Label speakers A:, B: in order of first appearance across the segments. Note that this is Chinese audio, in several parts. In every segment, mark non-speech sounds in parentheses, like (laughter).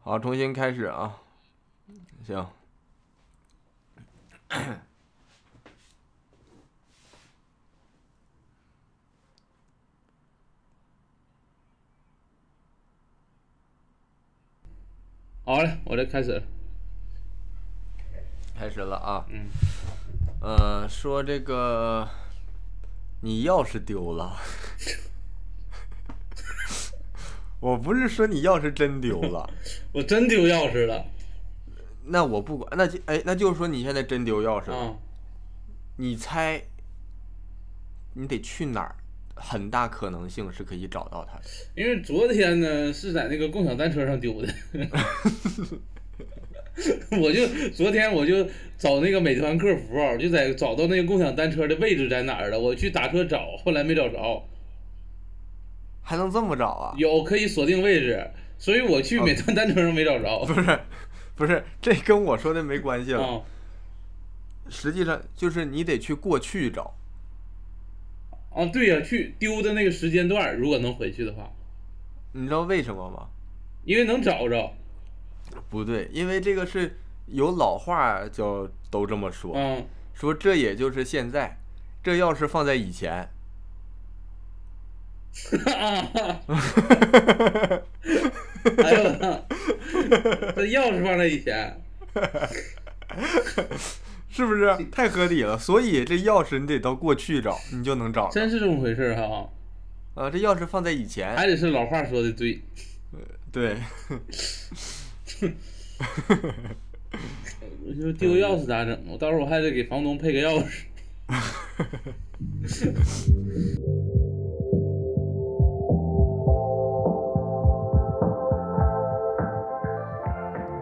A: 好，重新开始啊。行。
B: 好嘞，我这开始了。
A: 开始了啊。
B: 嗯。
A: 呃，说这个，你钥匙丢了。 (laughs) 我不是说你钥匙真丢了，
B: 我真丢钥匙了
A: 那我不管，那就哎，那就是说你现在真丢钥匙了。
B: 啊！
A: 你猜，你得去哪儿？很大可能性是可以找到他的。
B: 因为昨天呢是在那个共享单车上丢的， (laughs) 我就昨天我就找那个美团客服，啊我就在找到那个共享单车的位置在哪儿了，我去打车找，后来没找着，
A: 还能这么找啊？ (laughs)
B: 有可以锁定位置，所以我去美团单车上没
A: (laughs)
B: 找着。
A: 不是，不是，这跟我说的没关系了。
B: 啊
A: 实际上就是你得去过去找。
B: 啊，对呀、去丢的那个时间段儿，如果能回去的话，
A: 你知道为什么吗？
B: 因为能找着。
A: 不对，因为这个是有老话叫都这么说，
B: (laughs) 嗯，
A: 说这也就是现在，这要是放在以
B: (laughs)
A: 前，
B: 啊 (laughs) 哎呦我操，这钥匙放在以前。
A: 是不是太合理了？所以这钥匙你得到过去找，你就能找着。
B: 真是这么回事儿、哈，
A: 啊，这钥匙放在以前，
B: 还得是老话说的对。
C: (laughs)
A: 对，
B: 我说丢钥匙咋整？啊我到时候我还得给房东配个钥匙。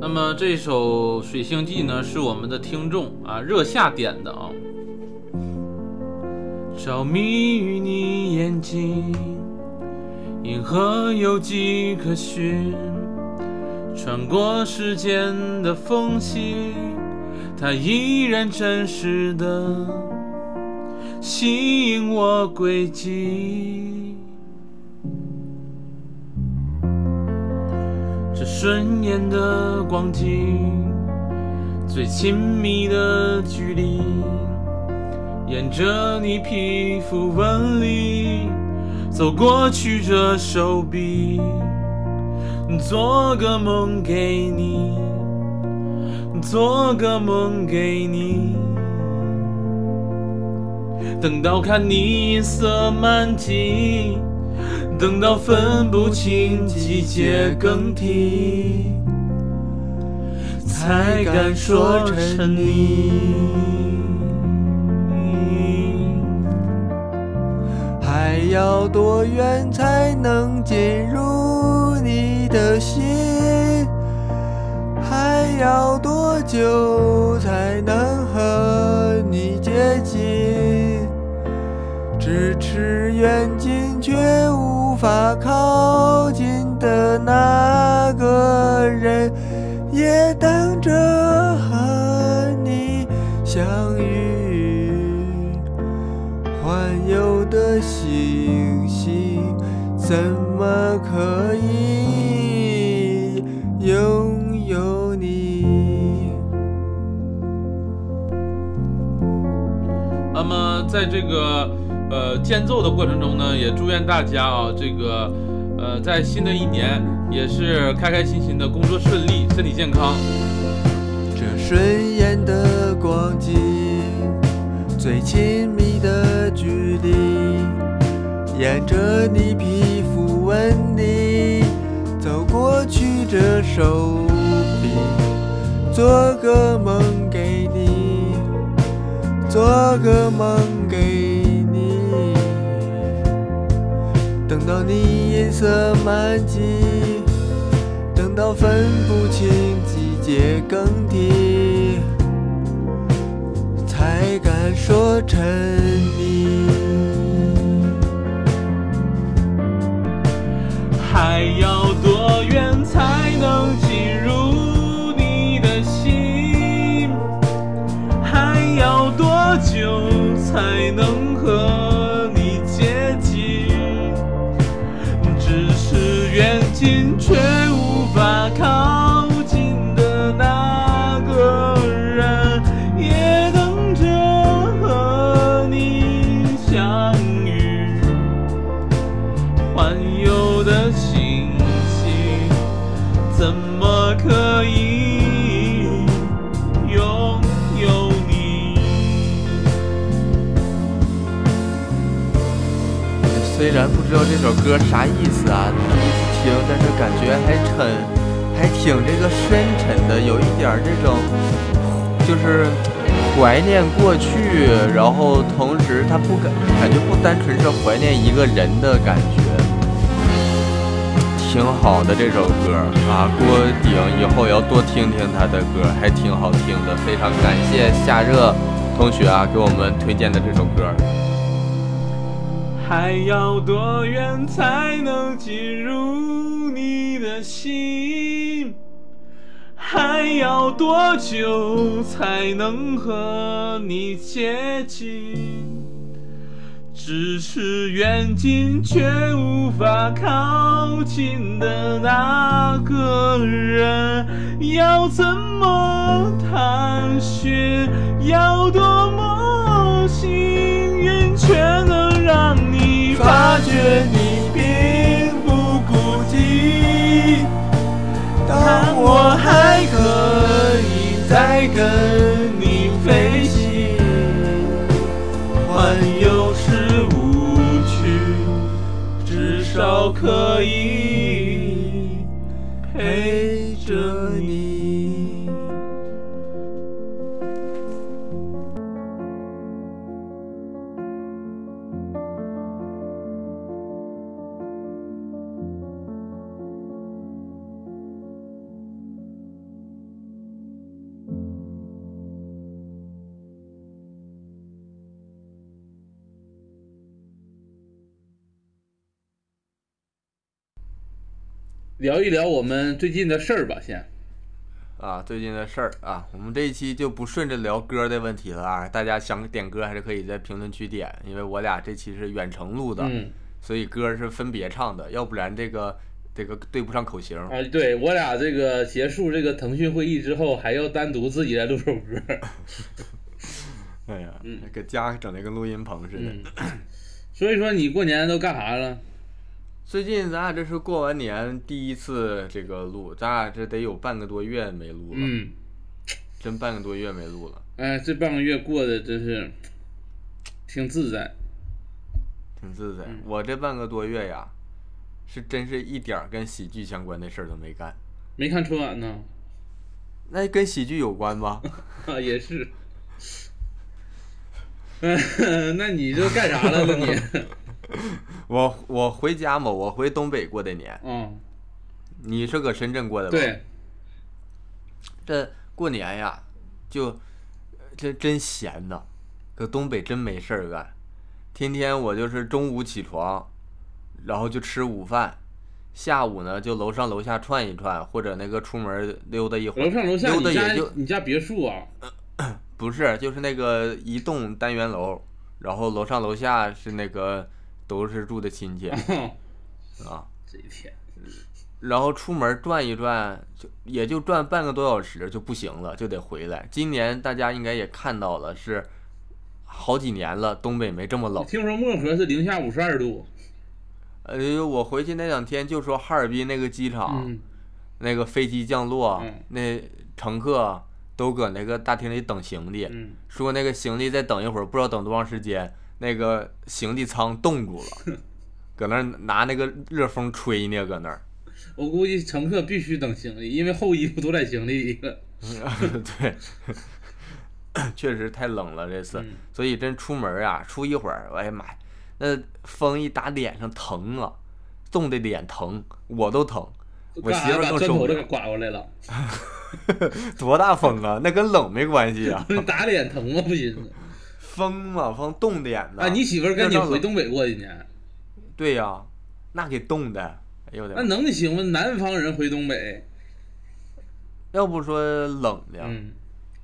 B: 那么这首《水星记》呢，是我们的听众啊热夏点的啊。着迷于你眼睛，银河有迹可循，穿过时间的缝隙，它依然真实的吸引我轨迹。这瞬眼的光景，最亲密的距离，沿着你皮肤纹理走过曲折手臂，做个梦给你，做个梦给你。等到看你银色满际，等到分不清季节更替，才敢说沉溺。
A: 还要多远才能进入你的心？还要多久才能和你接近？咫尺远近却无法靠近的那个人，也等着和你相遇。环游的星星怎么可以拥有你？
B: 那么在这个呃间奏的过程中呢，也祝愿大家啊，这个呃在新的一年也是开开心心的，工作顺利，身体健康。
A: 这顺眼的光景，最亲密的距离，沿着你皮肤纹理，的手臂，做个梦给你，做个梦给你，等到你银色满际，等到分不清季节更替，才敢说沉溺。
B: 还要多远才能进入你的心？还要多久才能和你接近？只是远近却无法靠近的那个人，也等着和你相遇。环游的星星，怎么可以拥有你？
A: 虽然不知道这首歌啥意思啊，第一次听，但是感觉还很，还挺这个深沉的，有一点儿这种，就是怀念过去，然后同时他不感感觉不单纯是怀念一个人的感觉，挺好的这首歌啊，郭顶以后要多听听他的歌，还挺好听的，非常感谢夏热同学啊给我们推荐的这首歌。
B: 还要多远才能进入你的心？还要多久才能和你接近？只是远近却无法靠近的那个人，要怎么探寻？要多么幸运，却能让你发
A: 发
B: 觉？
A: 觉你并不孤寂。当我还可以再跟你飞行，
B: 环游是无趣，至少可以陪
A: 陪
B: 着
A: 着
B: 你。
A: 你。
D: 聊一聊我们最近的事儿吧，先。
A: 啊，最近的事儿啊，我们这一期就不顺着聊歌的问题了啊，大家想点歌还是可以在评论区点，因为我俩这期是远程录的，
D: 嗯，
A: 所以歌是分别唱的，要不然这个这个对不上口型。
D: 啊，对我俩这个结束这个腾讯会议之后，还要单独自己来录首歌。
A: 哎呀
D: 嗯，
A: 给家整的跟录音棚似的。
D: 嗯，所以说你过年都干啥了？
A: 最近咱俩这是过完年第一次这个录，咱俩这得有半个多月没录了，
D: 嗯，
A: 真半个多月没录了，
D: 哎，这半个月过得真是挺自在。
A: 挺自在。
D: 嗯
A: 我这半个多月呀，是真是一点儿跟喜剧相关的事儿都没干。
D: 没看春晚呢？
A: 那跟喜剧有关吗？
D: 啊，也是。嗯，那你就干啥来了你？
A: 我我回家嘛，我回东北过的年，
D: 嗯，
A: 你是搁深圳过的吧？，
D: 对，
A: 这过年呀，就呃这真闲呐，搁东北真没事儿干，天天我就是中午起床，然后就吃午饭，下午呢就楼上楼下串一串，或者那个出门溜达一会
D: 楼
A: 儿，
D: 上楼下
A: 溜达
D: 你家
A: 也就
D: 你家别墅啊？
A: 不是就是那个一栋单元楼，然后楼上楼下是那个都是住的亲戚啊，
D: 这一天，
A: 然后出门转一转，就也就转半个多小时就不行了，就得回来。今年大家应该也看到了，是好几年了，东北没这么冷。
D: 听说漠河是零下五十二度。
A: 呃，我回去那两天就说哈尔滨那个机场，
D: 嗯，
A: 那个飞机降落，
D: 嗯
A: 那乘客都搁那个大厅里等行李，
D: 嗯，
A: 说那个行李再等一会儿，不知道等多长时间，那
D: (laughs)
A: 个行李舱冻住了，搁那儿拿那个热风吹呢，搁那儿。
B: 我估计乘客必须等行李，因为厚衣服都在行李里了。
A: (laughs) 对，确实太冷了这次，
B: 嗯
A: 所以真出门啊，出一会儿，哎呀妈呀，那风一打脸上疼啊，冻得脸疼，我都疼，我
B: 干啥
A: 媳妇儿
B: 把
A: 更
B: 砖
A: 受不
B: 头都
A: 了
B: 给，刮过
D: (laughs)
B: 来了，
A: 多大风啊，那跟冷没关系
B: (laughs)
A: 啊，
B: 打脸疼吗？
A: (laughs)
B: 不寻思
A: 风嘛，风冻脸呐。
B: 啊，你媳妇儿跟你
A: 那让
B: 回
A: 冷
B: 东北过今年，
A: 对呀、那给冻的，哎呦我的
B: 那
A: 妈，
B: 能行吗？南方人回东北，
A: 要不说冷的，
B: 嗯，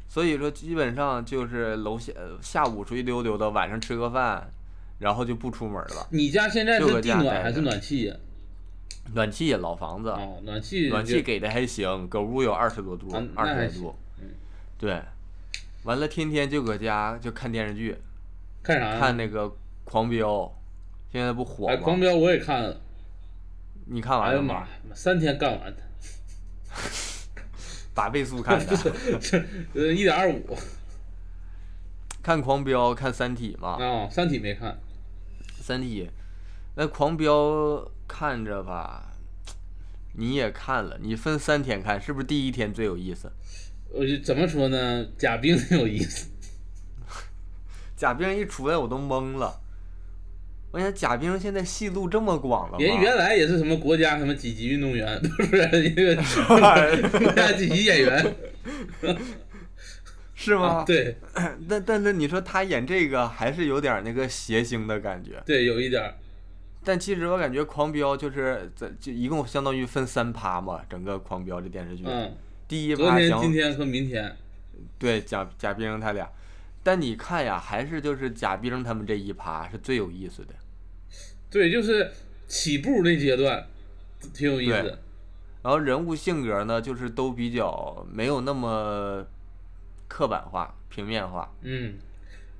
A: 所以说基本上就是楼下呃下午出去溜溜达，晚上吃个饭，然后就不出门了。
B: 你家现在
A: 就搁
B: 是地
A: 家待
B: 暖还
A: 着
B: 是暖气呀？
A: 暖气也老房子，
B: 啊，暖气，
A: 暖气给的还行，搁屋有二十多度
B: 啊，那
A: 二十
B: 还
A: 来
B: 行
A: 度
B: 嗯，
A: 对，完了天天就搁家就看电视剧，
B: 看啥呀？
A: 看那个《狂飙》，现在不火
B: 啊哎，狂
A: 吗？
B: 飙我也看了，
A: 你看
B: 哎
A: 完
B: 呀
A: 了
B: 妈呀
A: 吗？，
B: 三天干完的， (laughs)
A: 打倍速看的，
B: 呃，一点二五
A: 看《狂飙》，看《三体》嘛，
B: 啊，三体没看，
A: 《三体》，那《狂飙》看着吧，你也看了，你分三天看，是不是第一天最有意思？
B: 我就怎么说呢？贾冰挺有意思，
A: 贾冰一出来我都懵了，我想贾冰现在戏路这么啊广了吗？
B: 人原来也是什么国家什么几级运动员， (laughs) 不是
A: (laughs)
B: 那个国家几级演员，
A: 是吗？
B: 啊对
A: 但但是你说他演这个还是有点那个谐星的感觉，
B: 对，有一点儿，
A: 但其实我感觉《狂飙》就是在就一共相当于分三趴嘛，整个《狂飙》这电视剧，
B: 嗯，
A: 第一
B: 昨
A: 趴
B: 天、
A: 讲
B: 今天和明天，
A: 对贾贾冰他俩，但你看呀，还是就是贾冰他们这一趴是最有意思的，
B: 对，就是起步那阶段挺有意
A: 对
B: 思，
A: 然后人物性格呢就是都比较没有那么刻板化、平面化，
B: 嗯，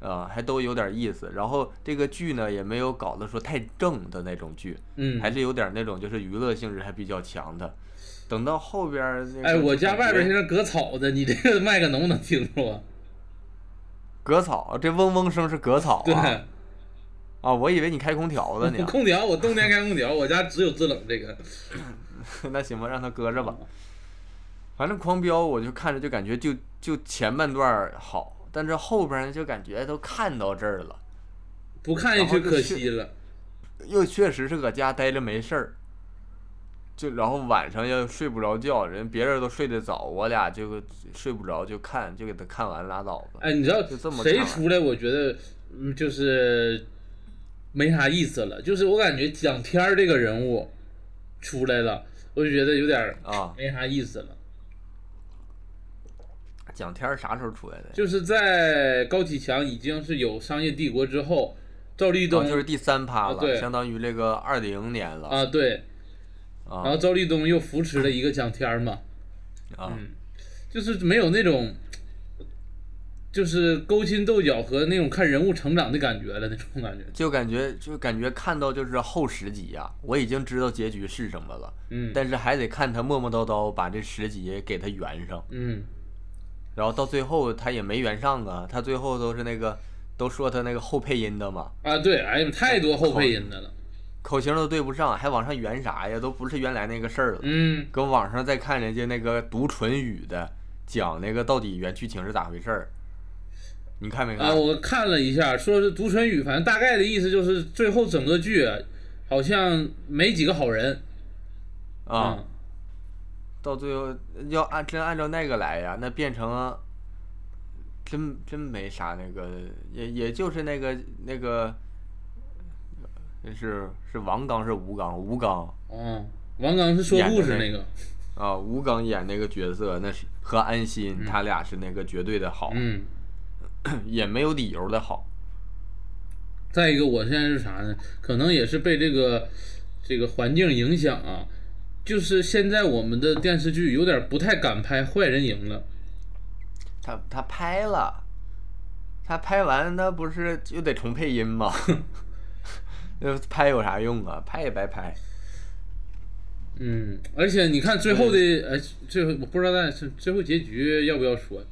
A: 呃，还都有点意思。然后这个剧呢也没有搞得说太正的那种剧，
B: 嗯，
A: 还是有点那种就是娱乐性质还比较强的。等到后边儿那个就感觉，
B: 哎，我家外边现在割草的，你这个麦克能不能听着啊？
A: 割草，这嗡嗡声是割草
B: 对，
A: 啊！啊，我以为你开啊空调了呢。
B: (laughs) 空调，我冬天开空调，我家只有制冷这个。
A: 那行吧，让它搁着吧。
B: 嗯
A: 反正狂飙，我就看着就感觉就就前半段儿好，但是后边儿就感觉都看到这儿了，
B: 不看下去可惜了。
A: 啊又确实是搁家待着没事儿，就然后晚上又睡不着觉，人别人都睡得早，我俩就睡不着就看，就给他看完拉倒吧。
B: 哎，你知道
A: 就这么
B: 谁
A: 看完
B: 出来？我觉得，嗯，就是没啥意思了。就是我感觉蒋天儿这个人物出来了，我就觉得有点儿
A: 啊，
B: 没啥意思了。
A: 蒋天儿啥时候出来的？
B: 就是在高启强已经是有商业帝国之后，赵立
A: 哦
B: 东、
A: 就是第三趴
B: 啊
A: 了，
B: 对
A: 相当于这个二零年了
B: 啊，对，
A: 啊
B: 然后赵立东又扶持了一个蒋天儿嘛。
A: 啊
B: 嗯就是没有那种，就是勾心斗角和那种看人物成长的感觉了，那种感觉。
A: 就感觉就感觉看到就是后十集呀、我已经知道结局是什么了，
B: 嗯，
A: 但是还得看他磨磨叨叨把这十集给他圆上，
B: 嗯，
A: 然后到最后他也没圆上啊，他最后都是那个都说他那个后配音的嘛，
B: 啊，对，哎呀，太多后配音的了。
A: 口型都对不上，还往上圆啥呀？都不是原来那个事儿了。
B: 嗯，
A: 搁网上再看人家那个读唇语的讲那个到底原剧情是咋回事儿，你看没看？
B: 啊，我看了一下，说是独唇语，反正大概的意思就是最后整个剧啊好像没几个好人
A: 啊、
B: 嗯
A: 到最后要按真按照那个来呀，那变成真真没啥那个，也也就是那个那个是是王刚是吴刚，吴刚
B: 嗯啊，王刚是说故事那
A: 演
B: 个，
A: 啊，吴刚演那个角色，那是和安心他俩是那个绝对的好，
B: 嗯。
A: 也没有理由的好。
B: 再一个，我现在是啥呢？可能也是被这个这个环境影响啊，就是现在我们的电视剧有点不太敢拍坏人赢了。
A: 他他拍了，他拍完他不是就得重配音吗？那拍有啥用啊？拍也白拍。
B: 嗯，而且你看最后的，
A: 嗯
B: 哎，最后我不知道但是最后结局要不要说？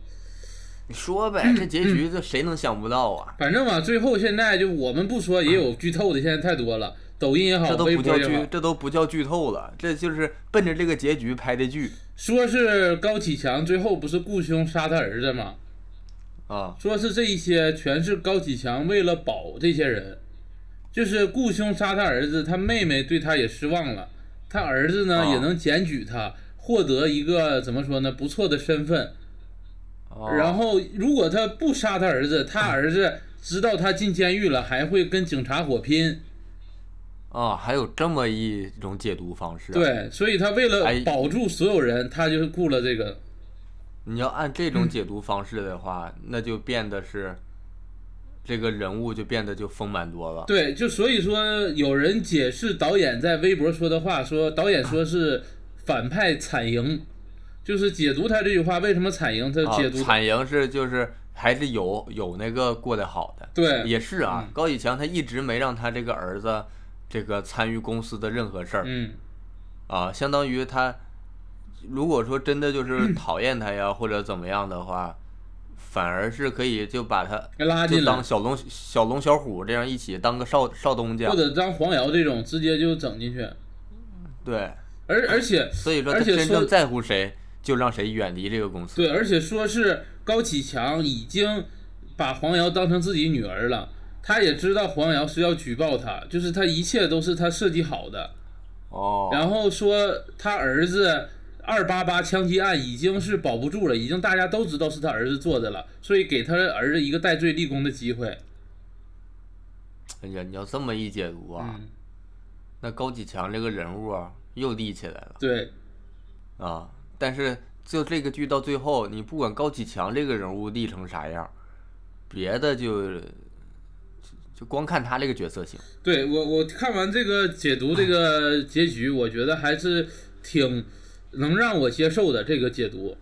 A: 你说
B: 嗯
A: 呗，这结局这谁能想不到啊？
B: 反正吧，最后现在就我们不说也有剧透的，现在太多了。抖音也好
A: 嗯这，都
B: 微
A: 不
B: 博
A: 叫
B: 也好
A: 剧，，这都不叫剧透了，这就是奔着这个结局拍的剧
B: 说是高启强最后不是雇凶杀他儿子吗？
A: 啊。
B: 说是这一些全是高启强为了保这些人，就是雇凶杀他儿子，他妹妹对他也失望了，他儿子呢、
A: 啊
B: 也能检举他，获得一个怎么说呢不错的身份。
A: 哦
B: 然后如果他不杀他儿子，他儿子知道他进监狱了，还会跟警察火拼。
A: 啊，还有这么一种解读方式、啊。，
B: 对，所以他为
A: 哎
B: 了保住所有人，他就雇了这个。
A: 你要按这
B: 嗯
A: 种解读方式的话，那就变得是这个人物就变得就丰满多了。
B: 对，就所以说有人解释导演在微博说的话，说导演说是反派惨赢，就是解读他这句话为什么惨赢，他
A: 啊
B: 解，读、
A: 惨赢是就是还是有有那个过得好的，
B: 对，嗯
A: 也是啊。高启强他一直没让他这个儿子这个参与公司的任何事儿、
B: 嗯，
A: 啊，相当于他如果说真的
B: (clears throat)
A: 就是讨厌他呀、或者怎么样的话，反而是可以就把他
B: 给拉
A: 就
B: 进来
A: 当，小龙小龙小虎这样一起当个少少东家
B: 或，者当黄瑶这种直接就整进去，
A: 对，
B: 而而且
A: 所以说他
B: 而且
A: 真
B: 说
A: 正在乎谁，就让谁远离这个公司。
B: 对，而且说是高启强已经把黄瑶当成自己女儿了，他也知道黄瑶是要举报他，就是他一切都是他设计好的。
A: 哦，
B: 然后说他儿子二八八枪击案已经是保不住了，已经大家都知道是他儿子做的了，所以给他儿子一个戴罪立功的机会。
A: 哎呀，你要这么一解读啊，
B: 嗯，
A: 那高启强这个人物啊又立起来了
B: 对，
A: 啊。但是就这个剧到最后，你不管高启强这个人物立成啥样，别的就就就光看他这个角色行。
B: 对我我看完这个解读这个结局，我觉得还是挺能让我接受的这个解读。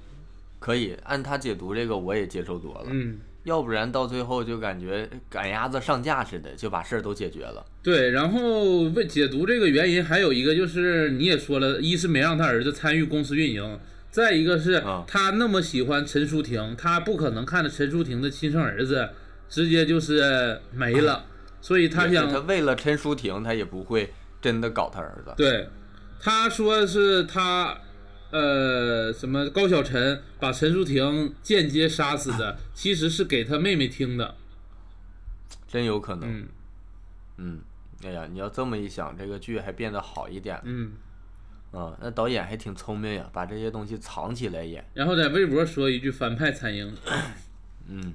A: 可以按他解读这个，我也接受多了。
B: 嗯，
A: 要不然到最后就感觉赶鸭子上架似的，就把事儿都解决了。
B: 对。然后为解读这个原因，还有一个就是你也说了，一是没让他儿子参与公司运营。再一个是
A: 啊
B: 他那么喜欢陈淑婷，他不可能看着陈淑婷的亲生儿子直接就是没了，所以他
A: 哎也是他
B: 想
A: 为了陈淑婷，他也不会真的搞他儿子。
B: 对，他说是他呃什么高晓晨把陈淑婷间接杀死
A: 啊
B: 的，其实是给他妹妹听的。
A: 真有可能。
B: 嗯
A: 嗯，哎呀，你要这么一想，这个剧还变得好一点。
B: 嗯，
A: 嗯，那导演还挺聪明呀，把这些东西藏起来演。
B: 然后在微博说一句反派惨赢，
A: 嗯，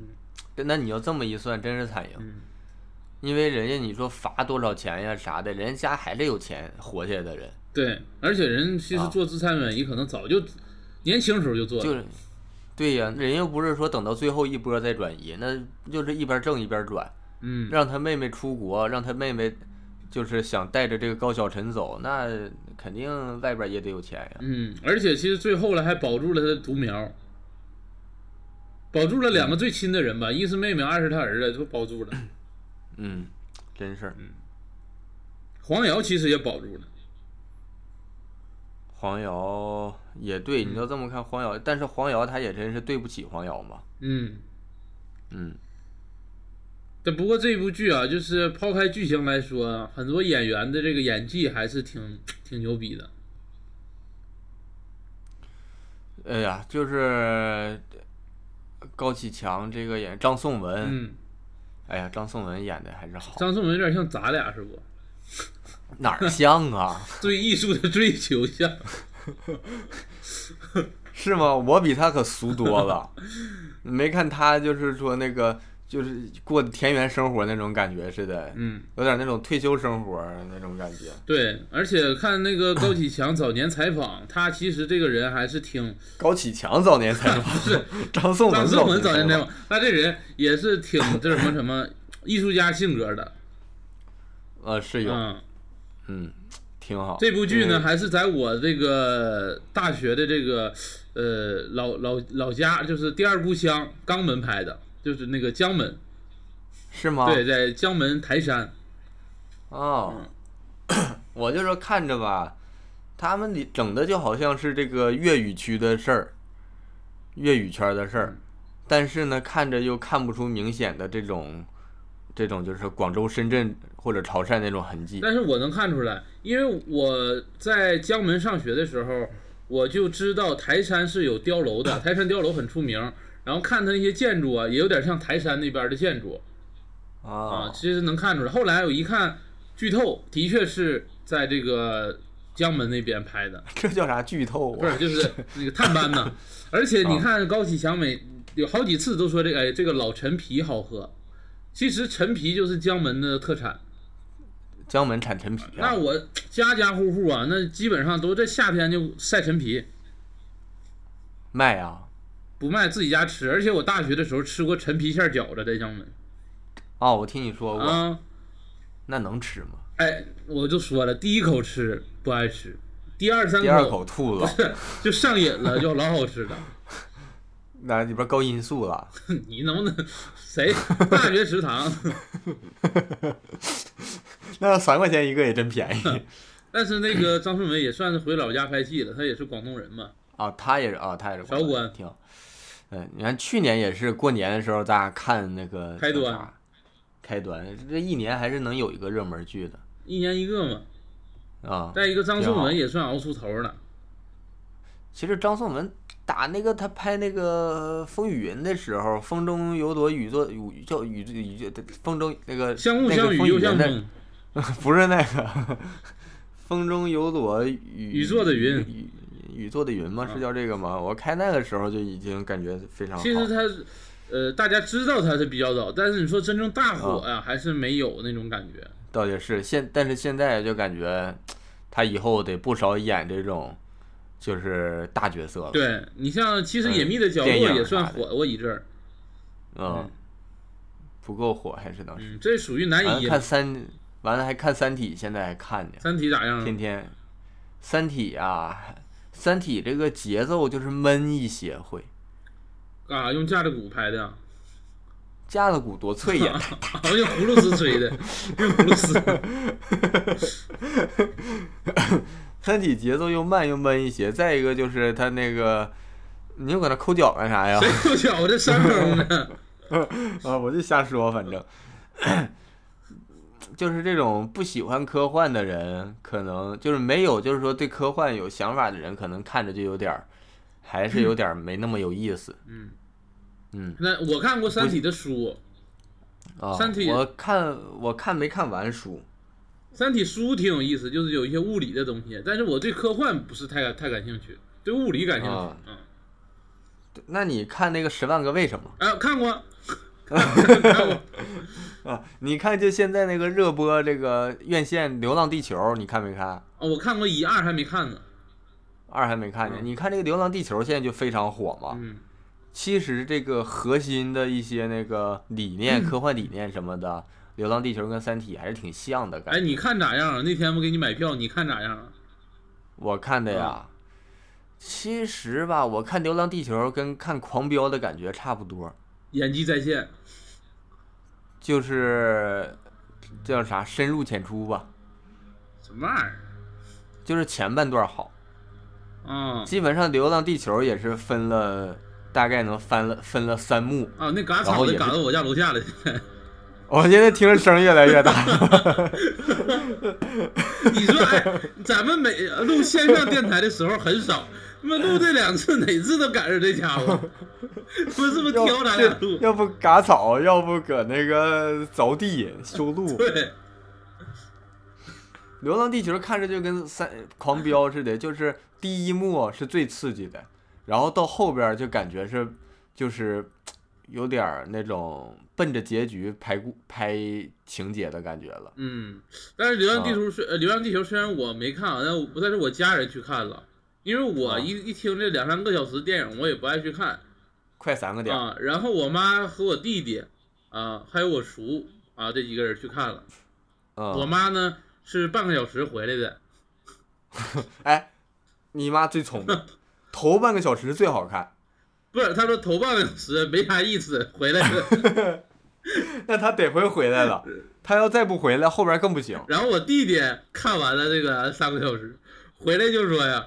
A: 对那你要这么一算，真是惨赢。
B: 嗯
A: 因为人家你说罚多少钱呀啥的，人家还是有钱活下来的人，
B: 对，而且人其实
A: 啊
B: 做资产转移可能早就年轻时候就做
A: 就
B: 了，
A: 是，对呀，人又不是说等到最后一波再转移，那就是一边挣一边转，
B: 嗯，
A: 让他妹妹出国，让他妹妹就是想带着这个高晓晨走，那肯定外边也得有钱呀。
B: 嗯，而且其实最后了还保住了他的独苗，保住了两个最亲的人吧，一是妹妹，二是他儿子，都保住了。
A: 嗯，真是。
B: 黄瑶其实也保住了，
A: 黄瑶也对，
B: 嗯
A: 你要这么看黄瑶，但是黄瑶她也真是对不起黄瑶嘛。
B: 嗯，
A: 嗯，
B: 但不过这部剧啊，就是抛开剧情来说啊，很多演员的这个演技还是挺挺牛逼的，
A: 哎呀，就是高启强这个演张颂文，
B: 嗯，
A: 哎呀，张颂文演的还是好，
B: 张颂文有点像咱俩是不？
A: 哪儿像啊？ (laughs)
B: 对艺术的追求像，
A: 是吗？我比他可俗多了，没看他就是说那个就是过田园生活那种感觉似的，
B: 嗯，
A: 有点那种退休生活那种感觉。
B: 对，而且看那个高启强早年采访，他其实这个人还是挺
A: 高启强早年
B: (laughs)
A: 采访， (laughs) 张颂
B: 张
A: 文
B: 颂文早
A: 年
B: 年
A: 采
B: 采
A: 访
B: 访，他这人也是挺这什么什么艺术家性格的。
A: 呃，是有，
B: 嗯，
A: 嗯，挺好。
B: 这部剧呢
A: 嗯
B: 还是在我这个大学的这个呃老老老家，就是第二故乡肛门拍的，就是那个江门，
A: 是吗？
B: 对，在江门台山。
A: 哦，
B: 嗯
A: (coughs) 我就说看着吧，他们里整的就好像是这个粤语区的事儿，
B: 嗯
A: 粤语圈的事儿，但是呢，看着又看不出明显的这种这种就是广州、深圳或者潮汕那种痕迹。
B: 但是我能看出来，因为我在江门上学的时候，我就知道台山是有碉楼的，台山碉楼很出名。然后看它那些建筑啊，也有点像台山那边的建筑啊
A: 哦 (laughs)
E: 啊，，
B: 其实能看出来。后来我一看剧透，的确是在这个江门那边拍的，
E: 这叫啥剧透
B: 不
E: 啊？
B: 是就是那个探班呢。而且你看高启强每有好几次都说这个哎这个老陈皮好喝，其实陈皮就是江门的特产。
A: 江门产陈皮啊
B: 那，我家家户户啊，那基本上都在夏天就晒陈皮，
A: 卖啊，
B: 不卖自己家吃。而且我大学的时候吃过陈皮馅儿饺子在江门
A: 哦，我听你说过，
B: 啊，
A: 那能吃吗？
B: 哎，我就说了，第一口吃不爱吃，第二三
A: 第二口吐
B: (laughs)
A: 了，
B: 就上瘾了，就老好吃了。
A: 那里边高音素了。
B: (laughs) 你能不能
A: (laughs)
B: 谁大学食堂？ (laughs)
A: 那三块钱一个也真便宜
B: 但是那个张顺伟也算是回老家拍戏了，他也是广东人嘛。
A: 啊！他也是啊，他也是
B: 韶关
A: 挺好。嗯，你看去年也是过年的时候，大家看那个
B: 开端
A: 叫啥，开端这一年还是能有一个热门剧的
B: 一年一个嘛，
A: 啊。
B: 再一个张颂
A: 挺好
B: 文也算熬出头了，
A: 其实张颂文打那个他拍那个《风雨云》的时候，风中有朵雨做雨叫雨雨叫风中那个
B: 相互
A: 那个
B: 相与
A: 风
B: 又
A: 云
B: 相
A: 的
B: 逢，
A: (laughs) 不是那个， (laughs) 风中有朵雨
B: 雨做的云
A: 雨雨做的云吗？
B: 啊
A: 是叫这个吗？我开那个时候就已经感觉非啊常好。
B: 其实他，呃，大家知道他是比较早，但是你说真正
A: 啊
B: 大火呀、还是没有那种感觉。
A: 倒也是现，但是现在就感觉他以后得不少演这种就是大角色了。，
B: 对你像，其实《隐秘的角落
A: 嗯电》影
B: 也算
A: 啥的
B: 火过一阵儿，
A: 嗯
B: 嗯，
A: 不够火还是当时。
B: 嗯，这属于难
A: 完
B: 以
A: 了看三，完了还看《三体》，现在还看呢。
B: 三体咋样？啊
A: 天天，《三体》啊，《三体》这个节奏就是闷一些会，
B: 啊，用架子鼓拍的啊，
A: 架子鼓多脆
B: (laughs)
A: 呀！
B: 好像用葫芦丝吹
A: (laughs)
B: 的，用葫芦丝。 (laughs)
A: 三体节奏又慢又闷一些，再一个就是他那个，你又搁那抠脚干啥
B: (laughs)
A: 呀？
B: 谁不巧我这山
A: (laughs)
B: 东的，
A: 啊，我就瞎说，反正 (coughs) 就是这种不喜欢科幻的人，可能就是没有，就是说对科幻有想法的人，可能看着就有点儿，还是有点儿没那么有意思。
B: 嗯
A: 嗯
B: 那我看过《三体》的书，
A: 啊，
B: 嗯三体
A: 我看我看没看完书，
B: 《三体》书挺有意思，就是有一些物理的东西，但是我对科幻不是太感太感兴趣，对物理感兴趣
A: 啊。
B: 嗯，
A: 那你看那个《十万个为什么
B: 哎，
A: (laughs)
B: 看过，看过。》
A: 啊？你看就现在那个热播这个院线《流浪地球》，你看没看？
B: 啊，我看过一二还没看呢。
A: 二还没看见。
B: 嗯
A: 你看这个《流浪地球》现在就非常火嘛。
B: 嗯，
A: 其实这个核心的一些那个理念、科幻理念什么的，《流浪地球》跟《三体》还是挺像的感觉。
B: 哎，你看咋样啊？那天我给你买票，你看咋样啊？
A: 我看的
B: 嗯
A: 呀，其实吧，我看《流浪地球》跟看《狂飙》的感觉差不多，
B: 演技在线，
A: 就是叫啥深入浅出吧，
B: 什么玩意儿？
A: 就是前半段好。
B: 啊
A: 基本上《流浪地球》也是分了，大概能翻了分了三幕。
B: 啊，那嘎
A: 然后
B: 草
A: 也
B: 的
A: 是
B: 嘎到我家楼下了，现在。 (laughs)
A: 我现在听着声越来越大了。
B: 你说，哎，咱们每录线上电台的时候很少，他妈录这两次，哪次都赶上这家伙， (laughs) 不是不是挑咱俩录？
A: 要不嘎草，要不搁那个凿地修路。《
B: 对，
A: 流浪地球》看着就跟三狂飙似的，就是第一幕是最刺激的，然后到后边就感觉是就是有点儿那种奔着结局拍故拍情节的感觉了。
B: 嗯，但是《流浪地
A: 啊
B: 球》虽呃《流浪地球》虽然我没看啊，但我但是我家人去看了，因为我
A: 啊
B: 一一听这两三个小时电影，我也不爱去看。
A: 快三个点儿，
B: 啊，然后我妈和我弟弟，啊，还有我叔啊，这几个人去看了。我
A: 嗯，
B: 妈呢是半个小时回来的，
A: 哎，你妈最聪明，头半个小时最好看。
B: 不是，她说头半个小时没啥意思，回来
A: (laughs)
B: 的。
A: 那他得回回来了，他要再不回来，后边更不行。
B: 然后我弟弟看完了这个三个小时，回来就说呀。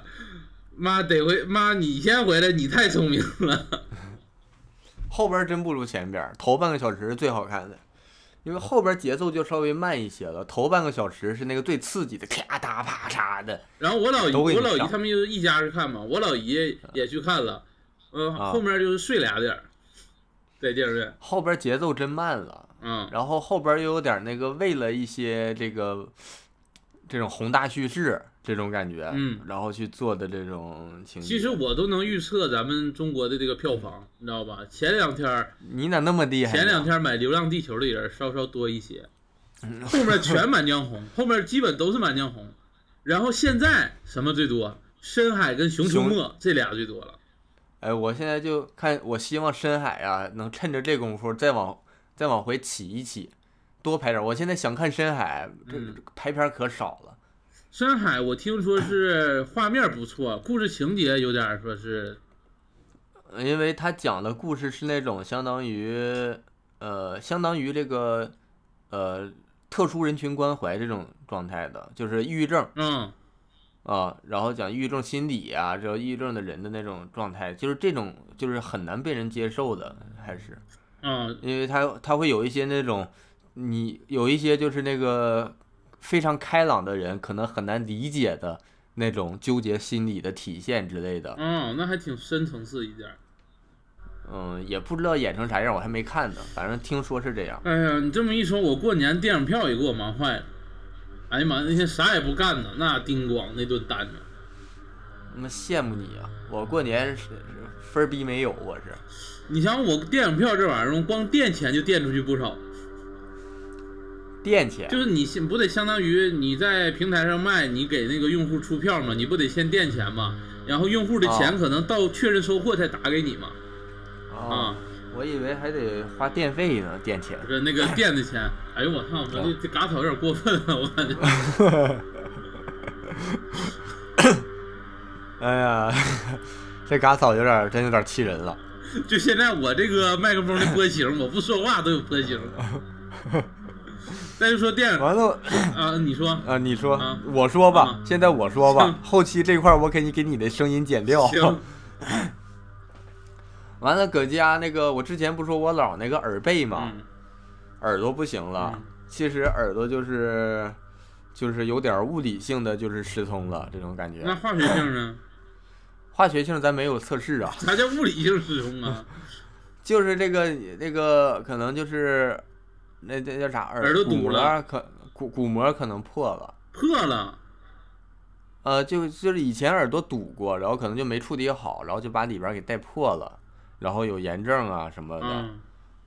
B: 妈得回妈，你先回来，你太聪明了。
A: 后边真不如前边，头半个小时是最好看的。因为后边节奏就稍微慢一些了，头半个小时是那个最刺激的，咔嗒啪嚓的。
B: 然后我老姨，
A: 都给你
B: 我老姨
A: 上
B: 他们就一家去看嘛，我老姨也去看了，嗯、
A: 啊
B: 后面就是睡俩点儿，在电影院，
A: 后边节奏真慢了，
B: 嗯，
A: 然后后边又有点那个为了一些这个这种宏大叙事这种感觉，
B: 嗯
A: 然后去做的这种情节。
B: 其实我都能预测咱们中国的这个票房，你知道吧？前两天儿
A: 你咋那么厉害呢？
B: 前两天买《流浪地球》的人稍稍多一些，后面全《满江红》，后面基本都是《满江红》，然后现在什么最多？深海跟《熊出没》这俩最多了。
A: 哎，我现在就看，我希望深海啊能趁着这功夫再往再往回起一起，多拍点儿。我现在想看深海，这
B: 嗯
A: 这排片儿可少了。
B: 深海我听说是画面不错，故事情节有点儿说是
A: 因为他讲的故事是那种相当于，呃，相当于这个，呃，特殊人群关怀这种状态的，就是抑郁症
B: 嗯
A: 啊，然后讲抑郁症心理啊，这抑郁症的人的那种状态，就是这种就是很难被人接受的，还是
B: 嗯
A: 因为他他会有一些那种，你有一些就是那个非常开朗的人可能很难理解的那种纠结心理的体现之类的，
B: 嗯，那还挺深层次一点儿。
A: 嗯，也不知道演成啥样，我还没看呢，反正听说是这样。
B: 哎呀，你这么一说，我过年电影票也给我忙坏了。哎呀妈，那天啥也不干呢，那叮咣那顿单着。
A: 那么羡慕你啊！我过年是是分儿逼没有，我是
B: 你想我电影票这玩意儿，光垫钱就垫出去不少。
A: 垫钱，
B: 就是你先不得相当于你在平台上卖，你给那个用户出票嘛，你不得先垫钱嘛，然后用户的钱
A: 哦
B: 可能到确认收货才打给你嘛，
A: 啊
B: 啊，，
A: 我以为还得花电费呢，垫钱 (coughs)
B: 不。是 (laughs) 那个垫的钱。哎呦我操，我这这嘎草有点过分了，我感觉。 (laughs)
A: 哎呀， (laughs) 这嘎草有点儿真有点儿气人了。
B: 就现在我这个麦克风的波形，我不说话都有波 (laughs) 形。但是说电影
A: 完了
B: 啊，你 (laughs) 说
A: 啊，你说
B: 啊，
A: 我说吧
B: 啊，
A: 现在我说吧
B: 行，
A: 后期这块儿我给你给你的声音剪掉。
B: 行，
A: (laughs) 完了，搁家那个，我之前不说我姥那个耳背吗？
B: 嗯
A: 耳朵不行了，
B: 嗯
A: 其实耳朵就是就是有点儿物理性的就是失聪了这种感觉。
B: 那化学性呢？
A: 化学性咱没有测试啊， (laughs)
B: 啥叫物理性失聪 (laughs) 啊？
A: 就是这个那个可能就是那那叫啥耳
B: 耳朵堵
A: 骨膜
B: 了
A: 可骨骨膜可能破了，
B: 破了，
A: 呃，就就是以前耳朵堵过，然后可能就没处理好，然后就把里边儿给带破了，然后有炎症啊什么的，
B: 嗯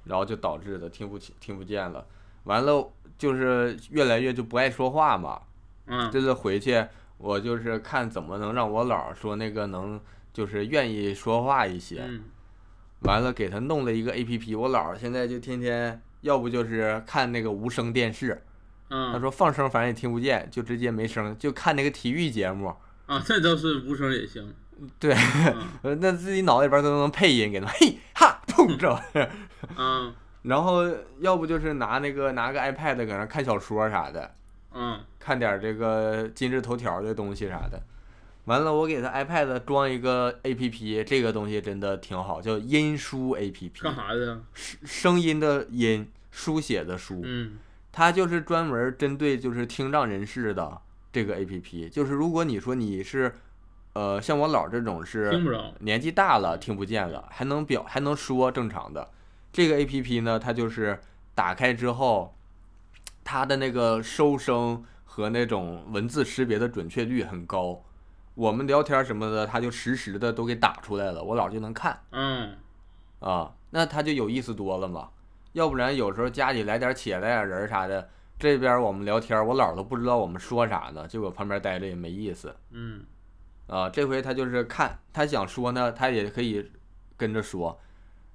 A: 然后就导致的听不清听不见了，完了就是越来越就不爱说话嘛，
B: 嗯
A: 这次回去，我就是看怎么能让我姥儿说那个能就是愿意说话一些。
B: 嗯
A: 完了给他弄了一个 A P P，我姥儿现在就天天要不就是看那个无声电视，他
B: 嗯
A: 说放声反正也听不见，就直接没声，就看那个体育节目，
B: 啊，这倒是无声也行。
A: 对，
B: 嗯
A: 呃那自己脑袋里边都能配音给他，嘿哈砰这玩意儿，
B: 嗯
A: 然后要不就是拿那个拿个 iPad 搁那看小说啥的，
B: 嗯
A: 看点这个今日头条的东西啥的。完了，我给他 iPad 装一个 APP，这个东西真的挺好，叫音书 APP，
B: 干啥的？
A: 声声音的音，书写的书，
B: 嗯
A: 它就是专门针对就是听障人士的这个 A P P，就是如果你说你是，呃，像我姥这种
B: 听
A: 是
B: 不着。
A: 年纪大了听不见了，还能表还能说正常的，这个 A P P 呢，它就是打开之后，它的那个收声和那种文字识别的准确率很高，我们聊天什么的，它就实时的都给打出来了，我姥就能看。
B: 嗯
A: 啊，那他就有意思多了嘛。要不然有时候家里来点且来点人儿啥的，这边我们聊天儿，我姥儿都不知道我们说啥呢，就搁旁边待着也没意思
B: 嗯
A: 啊。这回他就是看他想说呢，他也可以跟着说。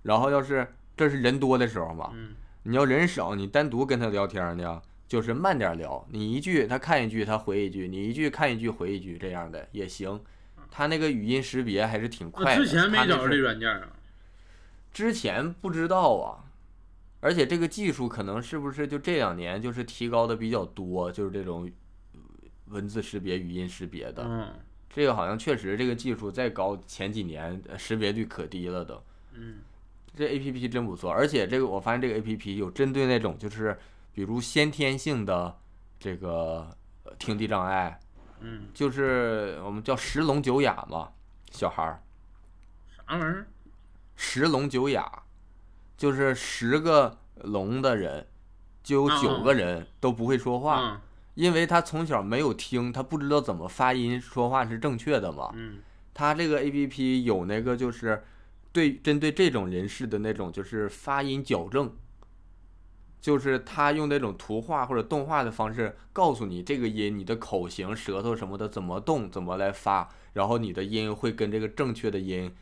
A: 然后要是这是人多的时候嘛，
B: 嗯
A: 你要人少，你单独跟他聊天儿呢，就是慢点儿聊，你一句他看一句，他回一句，你一句看一句回一句这样的也行。他那个语音识别还是挺
B: 那
A: 快的。
B: 之前没
A: 他那
B: 找着
A: 是
B: 这软件啊？
A: 之前不知道啊，而且这个技术可能是不是就这两年就是提高的比较多，就是这种呃文字识别、语音识别的，
B: 嗯
A: 这个好像确实这个技术再高，前几年呃识别率可低了都。
B: 嗯
A: 这 A P P 真不错，而且这个我发现这个 A P P 有针对那种就是比如先天性的这个呃听力障碍，
B: 嗯，
A: 就是我们叫十聋九哑嘛，小孩儿
B: 啥玩意儿？
A: 十聋九哑，就是十个聋的人，就有九个人都不会说话，
B: 啊，
A: 因为他从小没有听，他不知道怎么发音说话是正确的嘛。
B: 嗯
A: 它这个 A P P 有那个就是对针对这种人士的那种就是发音矫正，就是它用那种图画或者动画的方式告诉你这个音，你的口型、舌头什么的怎么动，怎么来发，然后你的音会跟这个正确的音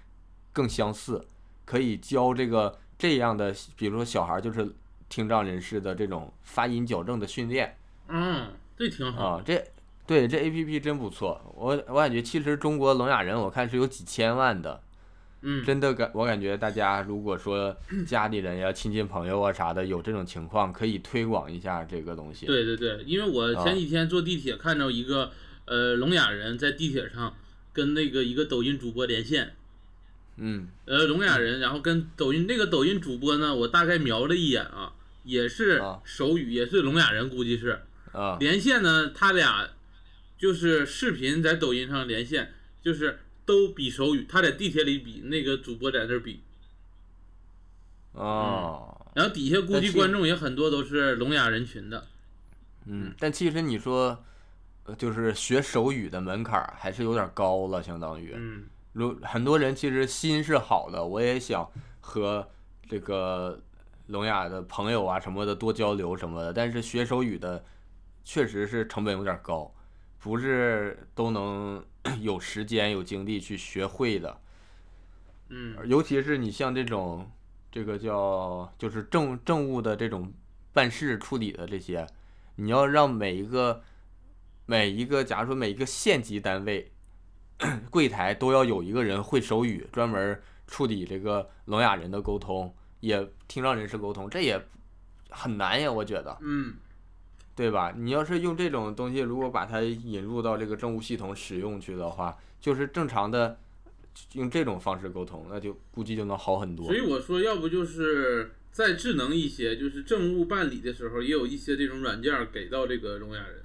A: 更相似，可以教这个这样的，比如说小孩就是听障人士的这种发音矫正的训练。
B: 嗯，这挺好。
A: 啊，这对这 A P P 真不错，我我感觉其实中国聋哑人我看是有几千万的，
B: 嗯，
A: 真的感我感觉大家如果
B: (clears throat)
A: 说家里人呀、亲戚朋友啊啥的有这种情况，可以推广一下这个东西。
B: 对对对，因为我
A: 啊
B: 前几天坐地铁看到一个呃聋哑人在地铁上跟那个一个抖音主播连线，
A: 嗯，
B: 呃聋哑人，然后跟抖音那个抖音主播呢，我大概瞄了一眼啊，也是
A: 啊
B: 手语，也是聋哑人，估计是
A: 啊，
B: 连线呢，他俩就是视频在抖音上连线，就是都比手语，他在地铁里比，那个主播在那儿比，
A: 哦，
B: 然后底下估
A: 但
B: 计
A: 是
B: 观众也很多都是聋哑人群的，
A: 嗯，但其实你说，呃就是学手语的门槛儿还是有点高了，相当于，
B: 嗯。
A: 如很多人其实心是好的，我也想和这个聋哑的朋友啊什么的多交流什么的，但是学手语的确实是成本有点高，不是都能 (clears throat) 有时间有精力去学会的。
B: 嗯
A: 尤其是你像这种这个叫就是政政务的这种办事处理的这些，你要让每一个每一个，假如说每一个县级单位 (coughs) 柜台都要有一个人会手语，专门处理这个聋哑人的沟通，也听障人士沟通，这也很难呀，我觉得。
B: 嗯
A: 对吧？你要是用这种东西，如果把它引入到这个政务系统使用去的话，就是正常的用这种方式沟通，那就估计就能好很多
B: 所。以我说，要不就是再智能一些，就是政务办理的时候，也有一些这种软件儿给到这个聋哑人。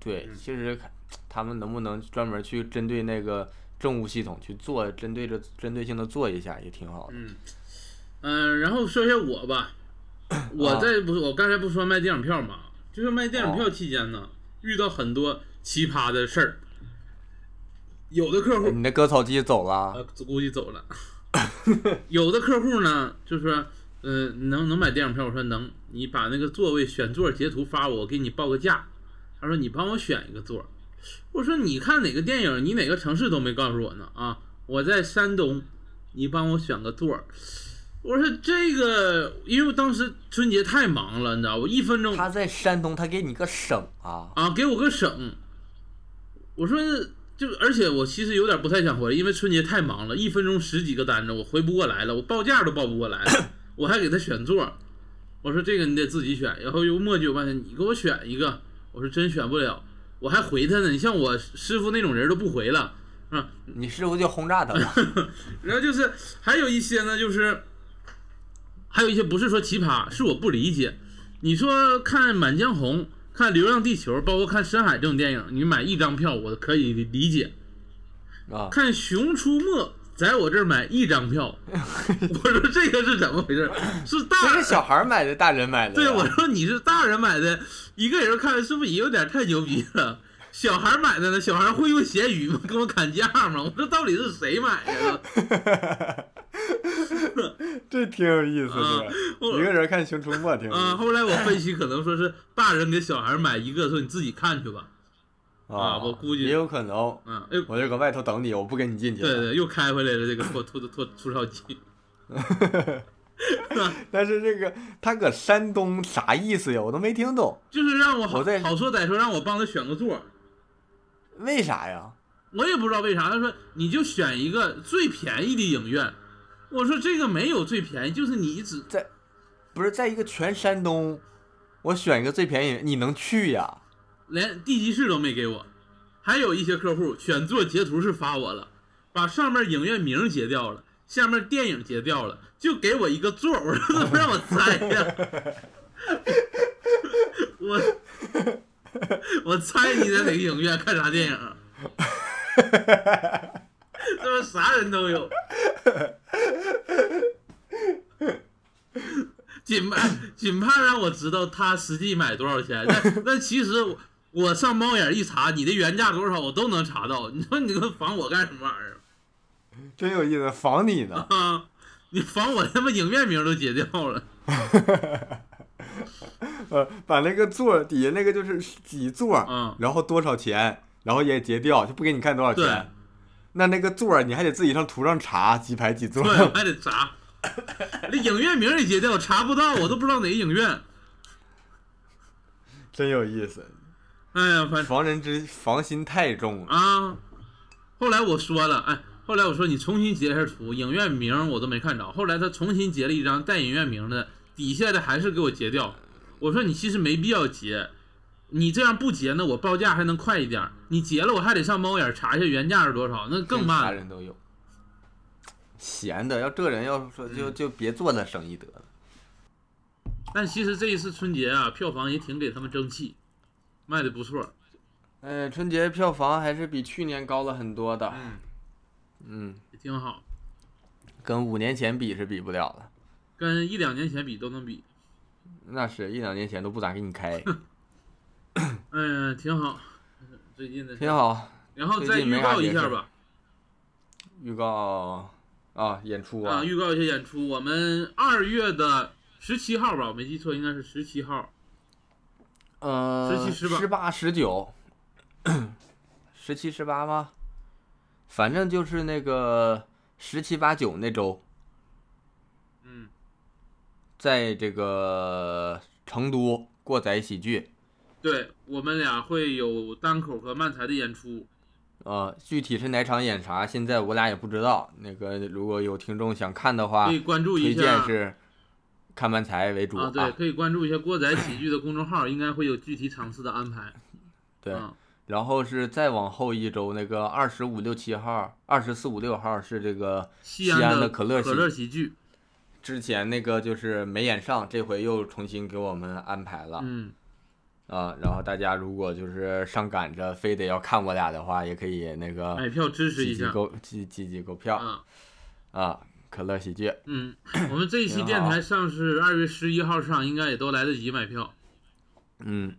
A: 对
B: 嗯，
A: 其实看他们能不能专门去针对那个政务系统去做，针对着针对性的做一下，也挺好的。
B: 嗯嗯、然后说一下
A: (clears throat)
B: 我吧，
A: 啊
B: 我在不，我刚才不说卖电影票嘛，就是卖电
A: 哦
B: 影票期间呢，遇到很多奇葩的事儿。有的客户
A: 哎你那割草机走了，
B: 呃，估计走了。 (laughs) 有的客户呢，就说，呃，能能买电影票？我说能，你把那个座位选座截图发我，我给你报个价。他说你帮我选一个座儿。我说你看哪个电影，你哪个城市都没告诉我呢啊！我在山东，你帮我选个座儿。我说这个，因为我当时春节太忙了，你知道，我一分钟
A: 他在山东，他给你个省啊，
B: 啊，给我个省。我说就，而且我其实有点不太想回，因为春节太忙了，一分钟十几个单子，我回不过来了，我报价都报不过来了，我还给他选座儿。我说这个你得自己选，然后又磨叽我半天，你给我选一个。我说真选不了，我还回他呢。你像我师傅那种人都不回了。
A: 你师傅就轰炸他了。
B: (laughs) 然后就是还有一些呢，就是还有一些不是说奇葩，是我不理解。你说看《满江红》、看《流浪地球》，包括看《深海》这种电影，你买一张票我可以理解；
A: 啊，
B: 看《熊出没》，在我这儿买一张票，我说这个是怎么回事？是
A: 这
B: 大
A: 是小孩买的，大人买的
B: 对
A: 呀。
B: 我说你是大人买的，一个人看是不是也有点太牛逼了？小孩买的呢？小孩会用闲鱼吗？跟我砍价吗？我说到底是谁买的？
A: 这挺有意思
B: 啊我
A: 人看《熊出没》挺
B: 啊，后来我分析，可能说是大人给小孩买一个，说你自己看去吧。啊我估计
A: 也有可能。
B: 嗯，哎呦，
A: 我就搁外头等你，我不跟你进去了。
B: 对对，又开回来了这个吐吐吐吐槽机。
A: (laughs) 但是这个他搁山东啥意思呀？我都没听懂，
B: 就是让我好
A: 我在
B: 好说歹说让我帮他选个座儿，
A: 为啥呀？
B: 我也不知道为啥。他说你就选一个最便宜的影院，我说这个没有最便宜，就是你只
A: 不是在一个全山东，我选一个最便宜，你能去呀？
B: 连地级市都没给我。还有一些客户选座截图是发我了，把上面影院名截掉了，下面电影截掉了，就给我一个座儿，我说怎么让我猜呀？ (laughs) 我我猜你在哪个影院看啥电影？这不啥人 (laughs) 都有。仅盼仅盼让我知道他实际买多少钱，但但其实我我上猫眼一查，你的原价多少我都能查到。你说你这个防我干什么玩意儿？
A: 真有意思，防你呢。 (laughs)
B: 啊！你防我他妈影院名都截掉了，
A: 呃，把那个座儿底下那个就是几座儿，
B: 嗯
A: 然后多少钱，然后也截掉，就不给你看多少
B: 对
A: 钱。那那个座儿你还得自己上图上查几排几座
B: 对，
A: 儿。 (laughs)
B: 我还得查，那影院名也截掉，查不到，我都不知道哪个影院。
A: 真有意思，
B: 哎呀，反正
A: 防人之防心太重了。
B: 啊，后来我说了，哎，后来我说你重新截一下图，影院名我都没看着。后来他重新截了一张带影院名的，底下的还是给我截掉。我说你其实没必要截，你这样不截呢，我报价还能快一点儿。你截了，我还得上猫眼查一下原价是多少，那更
A: 啥
B: 慢了。
A: 人都有，闲的，要这人要说就就别做那生意得了。
B: 但其实这一次春节啊，票房也挺给他们争气，卖的不错。
A: 哎，春节票房还是比去年高了很多的，
B: 嗯，
A: 嗯，
B: 也挺好，
A: 跟五年前比是比不了了，
B: 跟一两年前比都能比。
A: 那是一两年前都不咋给你 (laughs) 开，
B: 哎呀，挺好， (laughs) 最近的。
A: 挺。好。
B: 然后再
A: 最近
B: 预
A: 没啥
B: 告一
A: 别
B: 下
A: 的
B: 吧。
A: 预告啊，演出啊，
B: 啊，预告一下演出，我们二月的十七号吧，我没记错，应该是十七号。
A: 呃，
B: 17 18
A: 十八、十九，十七、十八吗？反正就是那个十七、八九那周，
B: 嗯，
A: 在这个成都过载喜剧，
B: 对我们俩会有单口和漫才的演出。
A: 呃，具体是哪场演啥，现在我俩也不知道。那个如果有听众想看的话
B: 可以，关注一
A: 推荐
B: 下
A: 是看漫才为主
B: 啊，对，可以关注一下郭仔喜剧的公众号，应该会有具体场次的安排。
A: 对
B: 啊
A: 然后是再往后一周，那个二十五六七号、二十四五六号是这个
B: 西
A: 西
B: 安
A: 安的可
B: 可
A: 乐
B: 可乐喜剧，
A: 之前那个就是没演上，这回又重新给我们安排了啊、呃
B: 嗯，
A: 然后大家如果就是上赶着非得要看我俩的话，也可以那个
B: 买票哎支持一
A: 积极
B: 下
A: 购积积极购票
B: 啊。
A: 啊。可乐喜剧，
B: (coughs) 嗯，我们这一期
A: 挺
B: 电
A: 好
B: 台上是二月十一号上，应该也都来得及买票。
A: 嗯，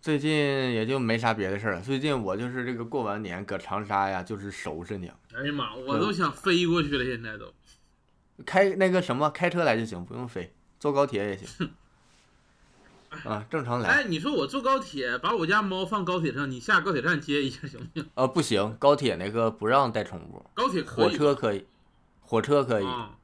A: 最近也就没啥别的事儿了。最近我就是这个过完年搁长沙呀，就是收拾你，
B: 哎呀妈，我都想飞过去了，现在都。
A: 开那个什么开车来就行，不用飞，坐高铁也
B: (laughs)
A: 行啊，正常来。
B: 哎，你说我坐高铁，把我家猫放高铁上，你下高铁站接一下行不行？
A: 呃，不行，高铁那个不让带宠物，
B: 高铁可以
A: 火车可以，火车可以，
B: 啊，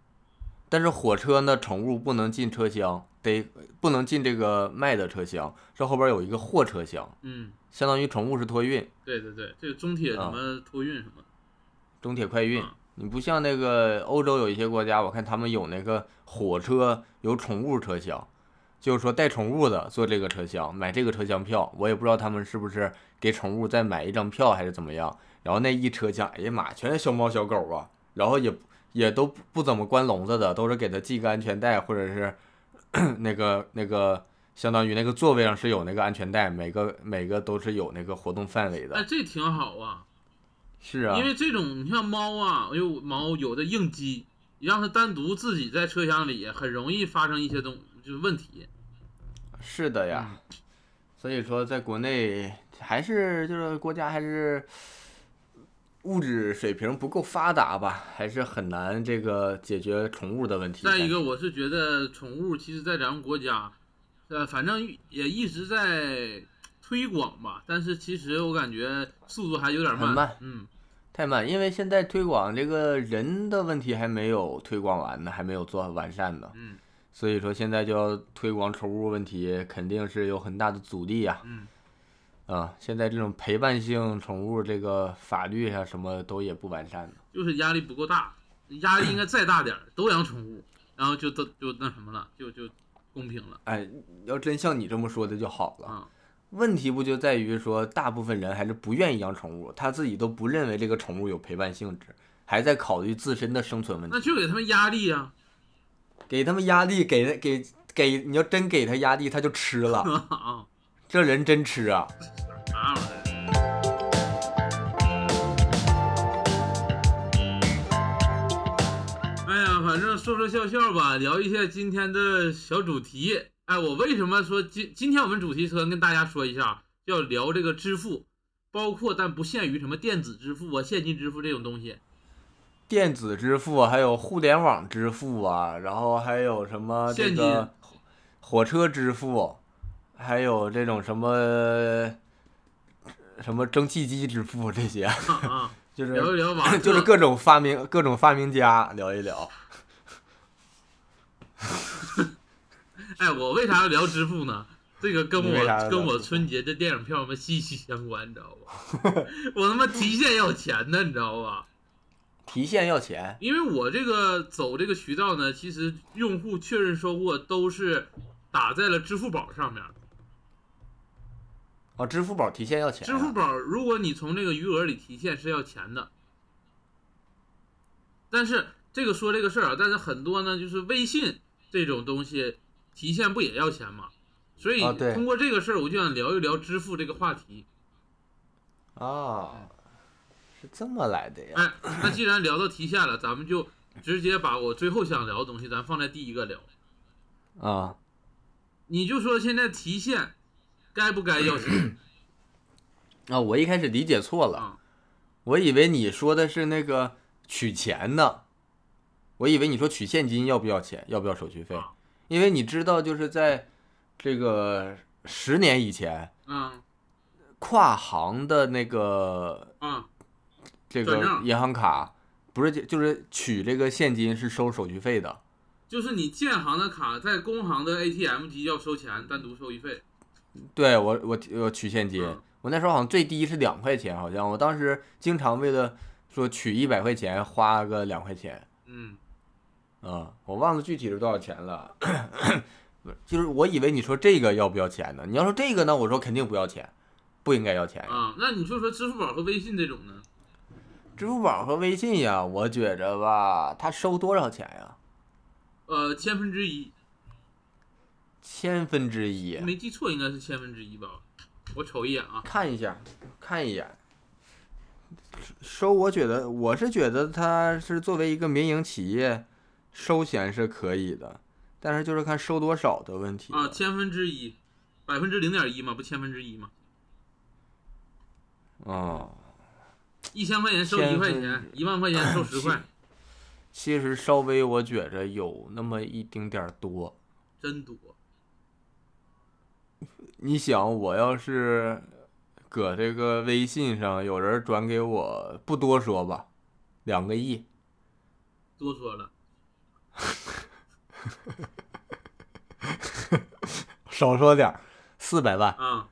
A: 但是火车呢，宠物不能进车厢，得不能进这个卖的车厢，这后边有一个货车厢，
B: 嗯，
A: 相当于宠物是托运，
B: 对对对，这个中铁什么托运什么，
A: 中铁快啊运
B: 啊。
A: 你不像那个欧洲有一些国家，我看他们有那个火车有宠物车厢，就是说带宠物的坐这个车厢，买这个车厢票，我也不知道他们是不是给宠物再买一张票还是怎么样。然后那一车厢，哎呀妈，全是小猫小狗啊，然后也不也都不不怎么关笼子的，都是给它系个安全带，或者是 (clears throat) 那个那个相当于那个座位上是有那个安全带，每个每个都是有那个活动范围
B: 哎，
A: 的。
B: 这挺好啊，
A: 是啊，
B: 因为这种你像猫啊，哎呦，猫有的应激，你让它单独自己在车厢里，很容易发生一些东就是问题。
A: 是的呀，所以说在国内还是就是国家还是物质水平不够发达吧，还是很难这个解决宠物的问题。
B: 再一个，我是觉得宠物其实，在咱们国家，呃，反正也一直在推广吧，但是其实我感觉速度还有点
A: 很慢
B: 嗯，
A: 太慢，因为现在推广这个人的问题还没有推广完呢，还没有做完善呢。
B: 嗯，
A: 所以说现在就要推广宠物问题，肯定是有很大的阻力呀、
B: 嗯
A: 啊。现在这种陪伴性宠物这个法律啊什么都也不完善呢。
B: 就是压力不够大，压力应该再大点儿，都养宠物，然后就都就那什么了，就就公平了
A: 哎，要真像你这么说的就好了。
B: 啊。
A: 问题不就在于说，大部分人还是不愿意养宠物，他自己都不认为这个宠物有陪伴性质，还在考虑自身的生存问
B: 那
A: 题，
B: 就给他们压力啊！
A: 给他们压力，给他给给，你要真给他压力，他就吃了。
B: 啊
A: 这人真吃啊！
B: 啥玩意儿？哎呀，反正说说笑笑吧，聊一下今天的小主题。哎，我为什么说今今天我们主题可能跟大家说一下，要聊这个支付，包括但不限于什么电子支付啊、现金支付这种东西，
A: 电子支付，还有互联网支付啊，然后还有什么啊这
B: 现金
A: 个火车支付，还有这种什么什么蒸汽机支付这些，
B: 啊
A: (laughs)
B: 啊，
A: 就
B: 聊一
A: 是
B: 聊瓦特，
A: (coughs) (laughs) 就是各种发明各种发明家聊一聊。
B: 哎，我为啥要聊支付呢？这个跟
A: 你为啥要聊
B: 我跟我
A: 支付
B: 春节这电影票们息息相关，你知道吧？ (laughs) 我他妈提现要钱呢，你知道吧？
A: 提现要钱，
B: 因为我这个走这个渠道呢，其实用户确认收货都是打在了支付宝上面。
A: 哦，支付宝提现要钱啊、
B: 支付宝如果你从这个余额里提现是要钱的，但是这个说这个事儿啊，但是很多呢就是微信这种东西提现不也要钱吗？所以
A: 啊对
B: 通过这个事儿，我就想聊一聊支付这个话题。
A: 啊，是这么来的呀？
B: 哎，那既然聊到提现了，咱们就直接把我最后想聊的东西，咱放在第一个聊。嗯
A: 啊，
B: 你就说现在提现该不该要钱
A: 啊，我一开始理解错了，
B: 啊？
A: 我以为你说的是那个取钱呢，我以为你说取现金要不要钱，要不要手续费
B: 啊？
A: 因为你知道，就是在这个十年以前，
B: 嗯
A: 跨行的那个
B: 嗯，
A: 这
B: 转
A: 个
B: 账
A: 银行卡，不是就是取这个现金是收手续费的。
B: 就是你建行的卡在工行的 ATM 机要收钱，单独收一费。
A: 对我，我我取现金
B: 嗯，
A: 我那时候好像最低是两块钱，好像我当时经常为了说取一百块钱花个两块钱。
B: 嗯，
A: 啊，我忘了具体是多少钱了。就是我以为你说这个要不要钱呢？你要说这个呢，我说肯定不要钱，不应该要钱。
B: 啊，那你就说支付宝和微信这种呢？
A: 支付宝和微信呀，我觉着吧，他收多少钱呀？
B: 呃，千分之一，
A: 千分之一。啊
B: 没记错应该是千分之一吧？我瞅一眼啊，
A: 看一下，看一眼。收，我觉得我是觉得他是作为一个民营企业，收钱是可以的，但是就是看收多少的问题
B: 啊，
A: 了
B: 千分之一，百分之零点一嘛，不千分之一嘛，
A: 嗯，
B: 一千块钱收一
A: 千
B: 块
A: 分
B: 钱，一万块钱收十块，
A: 其实稍微我觉着有那么一丁点儿多。
B: 真多。
A: 你想，我要是搁这个微信上有人转给我，不多说吧，两个亿，
B: 多说了，
A: 少说点儿，四百万，
B: 啊，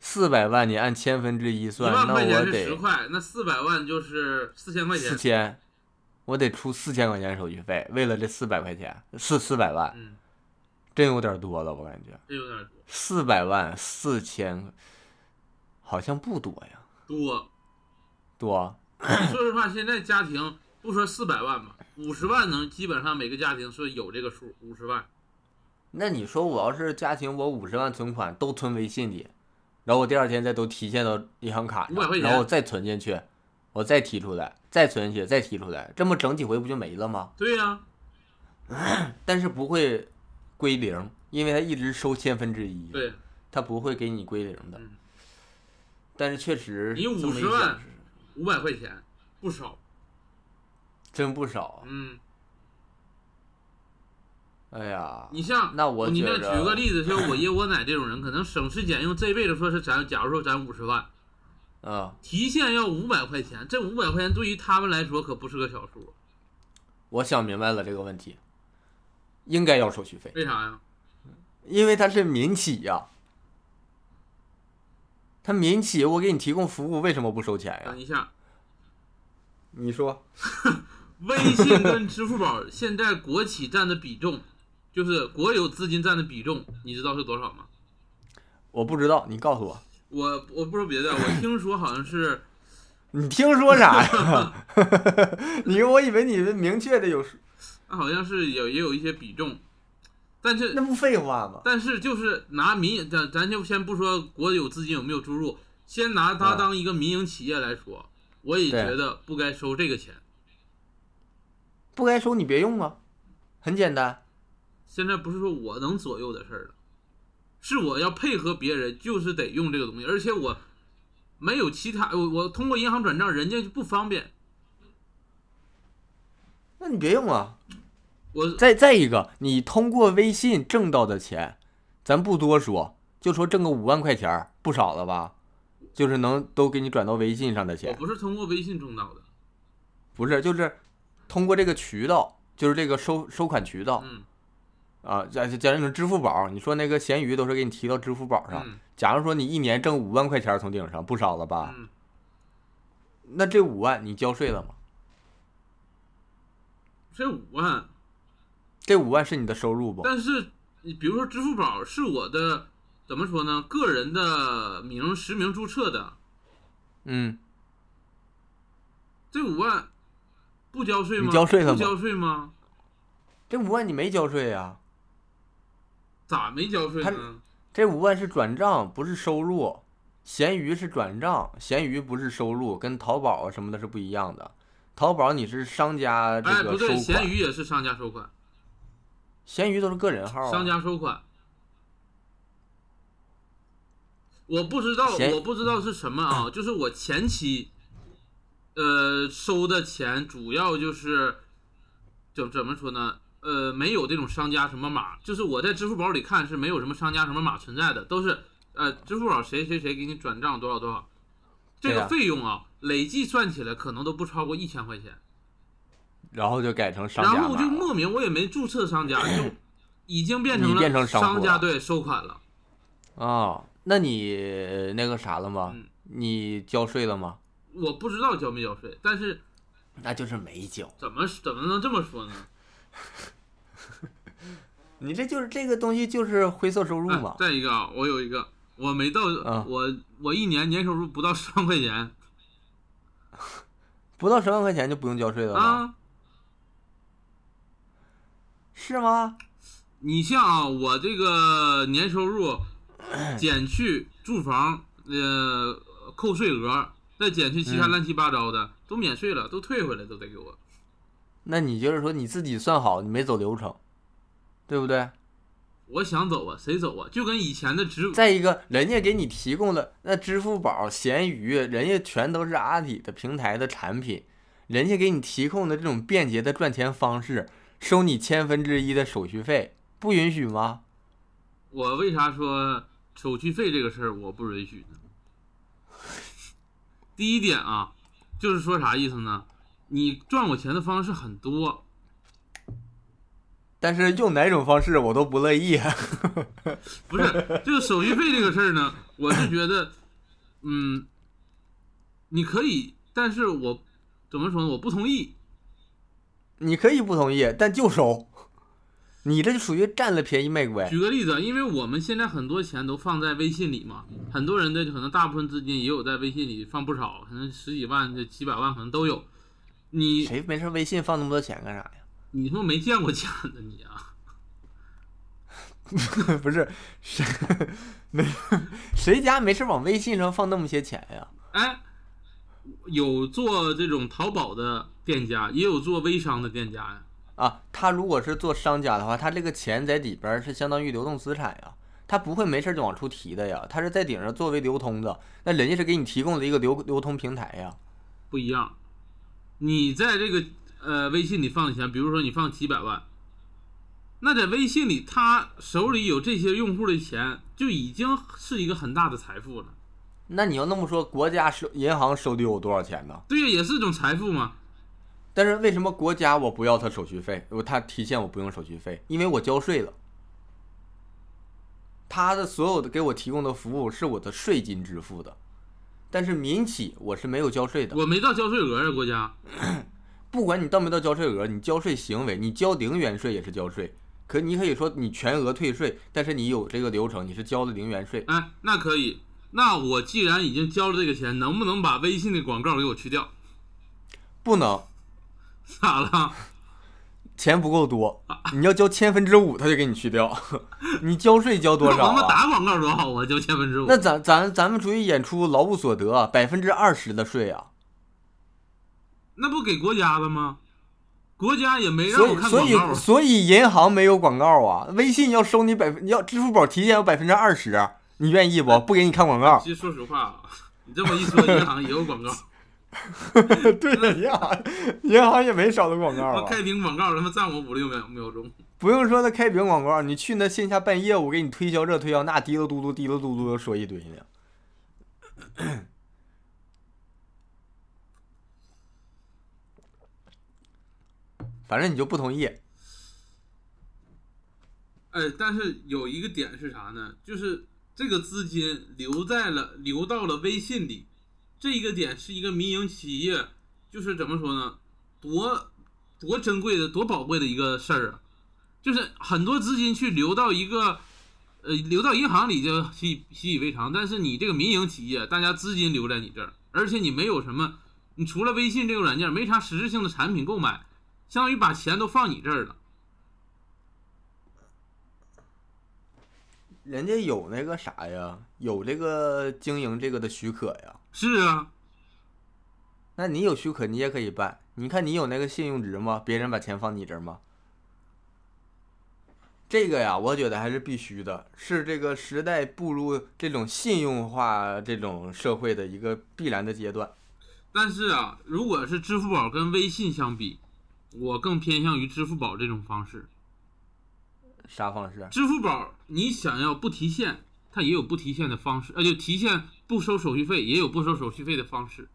A: 四百万，你按千分之一
B: 一
A: 算，
B: 万
A: 那
B: 块
A: 我
B: 钱是十
A: 得
B: 块，那四百万就是四千块
A: 四
B: 钱。
A: 千，我得出四千块钱手续费，为了这四百块钱，四四百万，
B: 嗯，
A: 真有点多了，我感觉
B: 这有点多，
A: 四百万四千，好像不多呀，
B: 多。
A: 多
B: 你说实话，现在家庭不说四百万吧，五十万能基本上每个家庭是有这个数，五十万。
A: 那你说我要是家庭，我五十万存款都存微信里，然后我第二天再都提现到银行卡
B: 500块
A: 上，
B: 钱
A: 然后我再存进去，我再提出来，再存进去，再提出来，这么整几回不就没了吗？
B: 对呀、
A: 但是不会归零，因为它一直收千分之一，
B: 对，
A: 它不会给你归零的
B: 嗯。
A: 但是确实，
B: 你
A: 这么一
B: 50万
A: 想是
B: 五百块钱不少。
A: 真不少。啊
B: 嗯，
A: 哎呀，
B: 你像
A: 那我
B: 你
A: 觉
B: 像
A: 着
B: 举个例子，像我
A: (laughs)
B: 爷我奶这种人，可能省吃俭用，这辈子说是咱，假如说咱五十万，
A: 嗯，
B: 提现要五百块钱，这五百块钱对于他们来说可不是个小数，
A: 我想明白了这个问题，应该要手续费。
B: 为啥呀？
A: 因为它是民企呀、它民企，我给你提供服务，为什么不收钱呀
B: 等、一下，
A: 你说
B: 微信跟支付宝现在国企占的比重，就是国有资金占的比重，你知道是多少吗？ (laughs)
A: 我不知道，你告诉我，
B: 我我不说别的，我听说好像是
A: 你听说啥呀？ (laughs) 你我以为你们明确的有，
B: 那好像是有也有一些比重，但是
A: 那不废话吗？
B: 但是就是拿民营，咱咱就先不说国有资金有没有注入，先拿它
A: 嗯
B: 当一个民营企业来说，我也
A: 对
B: 觉得不该收这个钱。
A: 不该收你别用啊，很简单。
B: 现在不是说我能左右的事儿了，是我要配合别人，就是得用这个东西，而且我没有其他，我我通过银行转账，人家就不方便。
A: 那你别用啊。
B: 我
A: 再再一个，你通过微信挣到的钱，咱不多说，就说挣个五万块钱儿，不少了吧？就是能都给你转到微信上的
B: 我
A: 钱，
B: 不是通过微信挣到的，
A: 不是，就是通过这个渠道，就是这个收收款渠道
B: 嗯
A: 啊。假假如你支付宝，你说那个闲鱼都是给你提到支付宝上。
B: 嗯
A: 假如说你一年挣五万块钱儿从顶上，不少了吧？
B: 嗯，
A: 那这五万你交税了吗？
B: 这五万，
A: 这五万是你的收入不？
B: 但是你比如说支付宝是我的怎么说呢？个人的名实名注册的，
A: 嗯，
B: 这五万不交税吗？
A: 你交税了吗
B: 不交税吗？
A: 这五万你没交税呀、
B: 咋没交税呢？
A: 这五万是转账，不是收入。闲鱼是转账，闲鱼不是收入，跟淘宝啊什么的是不一样的。淘宝你是商家这
B: 哎，
A: 个
B: 不
A: 收款，
B: 对，闲鱼也是商家收款，
A: 闲鱼都是个人号、啊。
B: 商家收款。我不知道，
A: 闲
B: 我不知道是什么
A: 嗯
B: 啊，就是我前期，呃，收的钱主要就是怎怎么说呢？呃，没有这种商家什么码，就是我在支付宝里看是没有什么商家什么码存在的，都是呃，支付宝谁谁谁给你转账多少多少，这
A: 对
B: 个
A: 啊
B: 费用啊，累计算起来可能都不超过一千块钱。
A: 然后就改成商家
B: 然后
A: 码
B: 就
A: 了
B: 莫名我也没注册商家，
A: (clears throat)
B: 就已经变成
A: 你
B: 了
A: 变成商户
B: 商家
A: 了
B: 对收款了。
A: 啊、那你那个啥了吗？
B: 嗯
A: 你交税了吗？
B: 我不知道交没交税，但是
A: 那就是没交。
B: 怎么怎么能这么说呢？嗯
A: 你这就是这个东西就是灰色收入
B: 哎
A: 嘛。
B: 再一个啊，我有一个，我没到、
A: 啊
B: 我我一年年收入不到十万块钱
A: 不到十万块钱就不用交税了吗？
B: 啊。
A: 是吗？
B: 你像啊，我这个年
A: (clears throat)
B: 收入减去住房呃扣税额，再减去其他
A: 嗯
B: 乱七八糟的，都免税了，都退回来，都得给我。
A: 那你就是说你自己算好，你没走流程，对不对？
B: 我想走啊，谁走啊？就跟以前的职
A: 再一个，人家给你提供的那支付宝、闲鱼，人家全都是阿里的平台的产品，人家给你提供的这种便捷的赚钱方式，收你千分之一的手续费，不允许吗？
B: 我为啥说手续费这个事儿我不允许呢？ (laughs) 第一点啊，就是说啥意思呢？你赚我钱的方式很多，
A: 但是用哪种方式我都不乐意。啊
B: 不是，就是手续费这个事儿呢，我是觉得，嗯，你可以，但是我怎么说呢？我不同意。
A: (laughs) 你可以不同意，但就收。你这就属于占了便宜卖乖。
B: 举个例子啊，因为我们现在很多钱都放在微信里嘛，很多人的可能大部分资金也有在微信里放不少，可能十几万、这几百万可能都有。你
A: 谁没事微信放那么多钱干啥呀？ (laughs)
B: 你他妈没见过钱的你啊！
A: 不是谁 (laughs) 没谁家没事往微信上放那么些钱呀？
B: 哎，有做这种淘宝的店家，也有做微商的店家呀。
A: 啊，他如果是做商家的话，他这个钱在里边儿是相当于流动资产呀，他不会没事儿就往出提的呀，他是在顶上作为流通的，那人家是给你提供了一个流流通平台呀。
B: 不一样。你在这个呃微信里放的钱，比如说你放几百万，那在微信里他手里有这些用户的钱，就已经是一个很大的财富了。
A: 那你要那么说，国家收银行收的有多少钱呢？
B: 对呀，也是一种财富嘛。
A: 但是为什么国家我不要他手续费，我他提现我不用手续费，因为我交税了。他的所有的给我提供的服务是我的税金支付的，但是民企我是没有交税的。
B: 我没到交税额呀，国家。
A: 不管你到没到交税额，你交税行为，你交零元税也是交税。可你可以说你全额退税，但是你有这个流程，你是交了零元税。
B: 哎，那可以。那我既然已经交了这个钱，能不能把微信的广告给我去掉？ (laughs)
A: 不能，
B: 咋了？
A: 钱不够多，你要交千分之五，他就给你去掉。 (laughs) 你交税交多
B: 那
A: 少
B: 我他妈
A: 啊？
B: 打广告多好啊，交千分之五
A: 那。咱咱咱们出去演出，劳务所得啊百分之二十的税啊，
B: 那不给国家了吗？国家也没让
A: 所
B: 我
A: 以
B: 看
A: 所
B: 广告
A: 以
B: 啊。
A: 所以银行没有广告啊，微信要收你百分，要支付宝提现要百分之二十，啊你愿意不？不给你看广告。
B: 其实说实话啊，你这么一说，银行也有广告，
A: (laughs) 对呀，银行银行也没少的广告
B: 他妈
A: 啊，
B: 开屏广告他妈占我五六秒秒钟。
A: 不用说那开屏广告，你去那线下办业务，给你推销这推销那，嘀噜嘟噜嘀噜嘟噜说一堆呢。 (coughs) 反正你就不同意，
B: 哎，但是有一个点是啥呢？就是这个资金留在了流到了微信里，这一个点是一个民营企业，就是怎么说呢，多多珍贵的、多宝贵的一个事儿啊！就是很多资金去流到一个呃流到银行里就习习以为常，但是你这个民营企业，大家资金留在你这儿，而且你没有什么，你除了微信这个软件，没啥实质性的产品购买，相当于把钱都放你这儿了。
A: 人家有那个啥呀，有这个经营这个的许可呀。
B: 是啊，
A: 那你有许可，你也可以办。你看你有那个信用值吗？别人把钱放你这儿吗？这个呀，我觉得还是必须的，是这个时代步入这种信用化这种社会的一个必然的阶段。
B: 但是啊，如果是支付宝跟微信相比，我更偏向于支付宝这种方式。
A: 啥方式？啊
B: 支付宝你想要不提现，它也有不提现的方式，呃，就提现不收手续费，也有不收手续费的方式。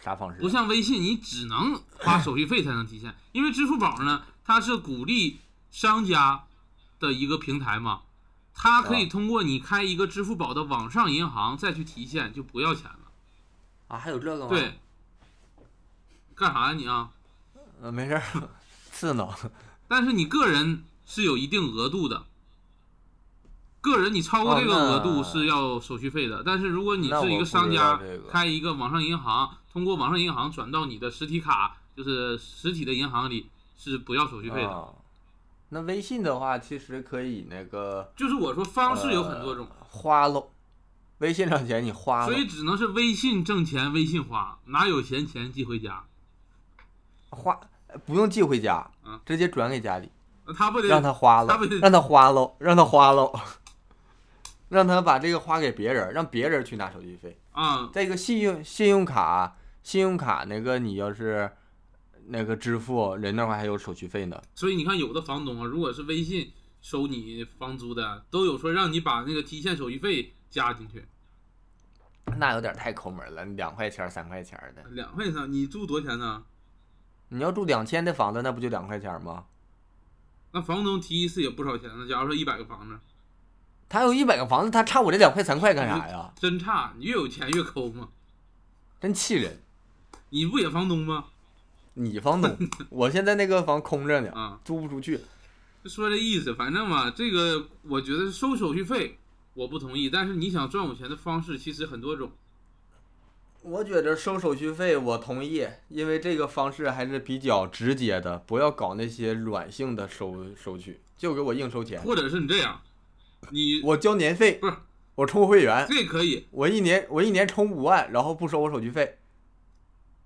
A: 啥方式？啊
B: 不像微信，你只能花手续费才能提现，因为支付宝呢，它是鼓励商家的一个平台嘛，它可以
A: 啊
B: 通过你开一个支付宝的网上银行再去提现，就不要钱了。
A: 啊，还有这个吗？
B: 对，，干啥呀你啊？
A: 呃，没事儿，刺挠。
B: 但是你个人是有一定额度的，个人你超过这个额度
A: 哦那
B: 是要手续费的。但是如果
A: 哦
B: 你
A: 那我
B: 是一
A: 不
B: 个
A: 知
B: 商
A: 道
B: 家
A: 这个，
B: 开一个网上银行，通过网上银行转到你的实体卡，就是实体的银行里是不要手续费的。
A: 啊那微信的话，其实可以那个
B: 就是我说方式有很多种，
A: 呃花喽。微信上钱你花
B: 所
A: 了
B: 以，只能是微信挣钱，微信花，哪有闲钱寄回家？
A: 花不用寄回家
B: 啊，
A: 直接转给家里。
B: 那他不得
A: 让他花
B: 他
A: 了
B: 不 (laughs) 得，
A: 让他花喽，让他花喽， (laughs) 让他把这个花给别人，让别人去拿手续费。
B: 啊？
A: 再一个，信用信用卡，信用卡那个你要是那个支付人那块还有手续费呢。
B: 所以你看，有的房东啊，如果是微信收你房租的，都有说让你把那个提现手续费加进去。
A: 那有点太抠门了，两块钱儿三块钱儿的，
B: 两块钱，你住多少钱呢？
A: 你要住两千的房子，那不就两块钱儿吗？
B: 那房东提一次也不少钱呢。假如说一百个房子，
A: 他有一百个房子，他差我这两块三块干啥呀？
B: 真差，你越有钱越抠嘛。
A: 真气人！
B: 你不也房东吗？
A: 你房东，我现在那个房空着呢，
B: 啊，
A: 租不出去。
B: 就说这意思。反正嘛，这个我觉得收手续费我不同意，但是你想赚我钱的方式其实很多种。
A: 我觉着收手续费，我同意，因为这个方式还是比较直接的，不要搞那些软性的收收取，就给我硬收钱。
B: 或者是你这样，你
A: 我交年费，
B: 不是
A: 我充会员，
B: 这可以，
A: 我一年我一年充五万，然后不收我手续费。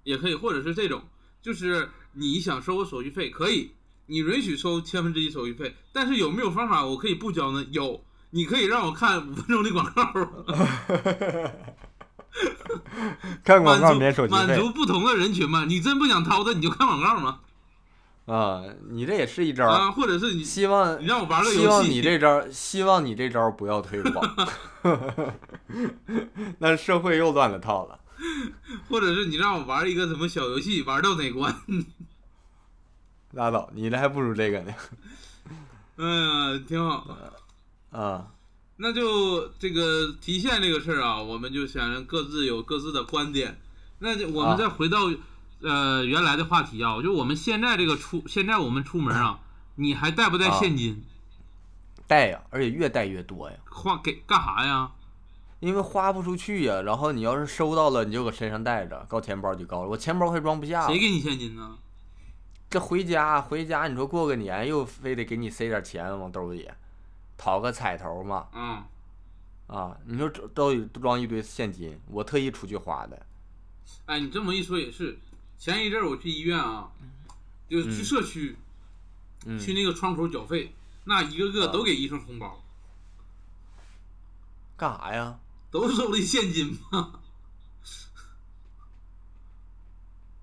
B: 也可以，或者是这种，就是你想收我手续费可以，你允许收千分之一手续费，但是有没有方法我可以不交呢？有，你可以让我看五分钟的广告。
A: 看广
B: 满
A: 告
B: 足
A: 免手续
B: 满
A: 费
B: 足不同的人群嘛。你真不想掏的，你就看广告嘛。
A: 啊、你这也是一招儿。
B: 啊，或者是你
A: 希望
B: 你让我玩个
A: 希
B: 游
A: 望你
B: 戏，
A: 这招儿，希望你这招儿不要推广， (laughs) 那社会又乱了套了。
B: 或者是你让我玩一个什么小游戏，玩到哪关？
A: 拉倒，你这还不如这个呢。
B: 嗯，挺好。
A: 啊、
B: 那就这个提现这个事儿啊，我们就想各自有各自的观点。那就我
A: 啊
B: 们再回到、呃原来的话题啊，就我们现在这个出，现在我们出门啊，你还带不带
A: 啊
B: 现金？
A: 带呀，而且越带越多呀。
B: 花给干啥呀？
A: 因为花不出去呀、然后你要是收到了，你就搁身上带着，搞钱包就高了。我钱包快装不下了
F: 谁。给你现金呢？
A: 这回家回家，你说过个年又非得给你塞点钱往兜里，讨个彩头嘛
B: 啊，
A: 啊！你说这兜里装一堆现金，我特意出去花的。
B: 哎，你这么一说也是，前一阵儿我去医院啊，就是去社区、
A: 嗯，啊
B: 去那个窗口缴费，那一个个都给医生红包，
A: 干啥呀？
B: 都收的现金嘛。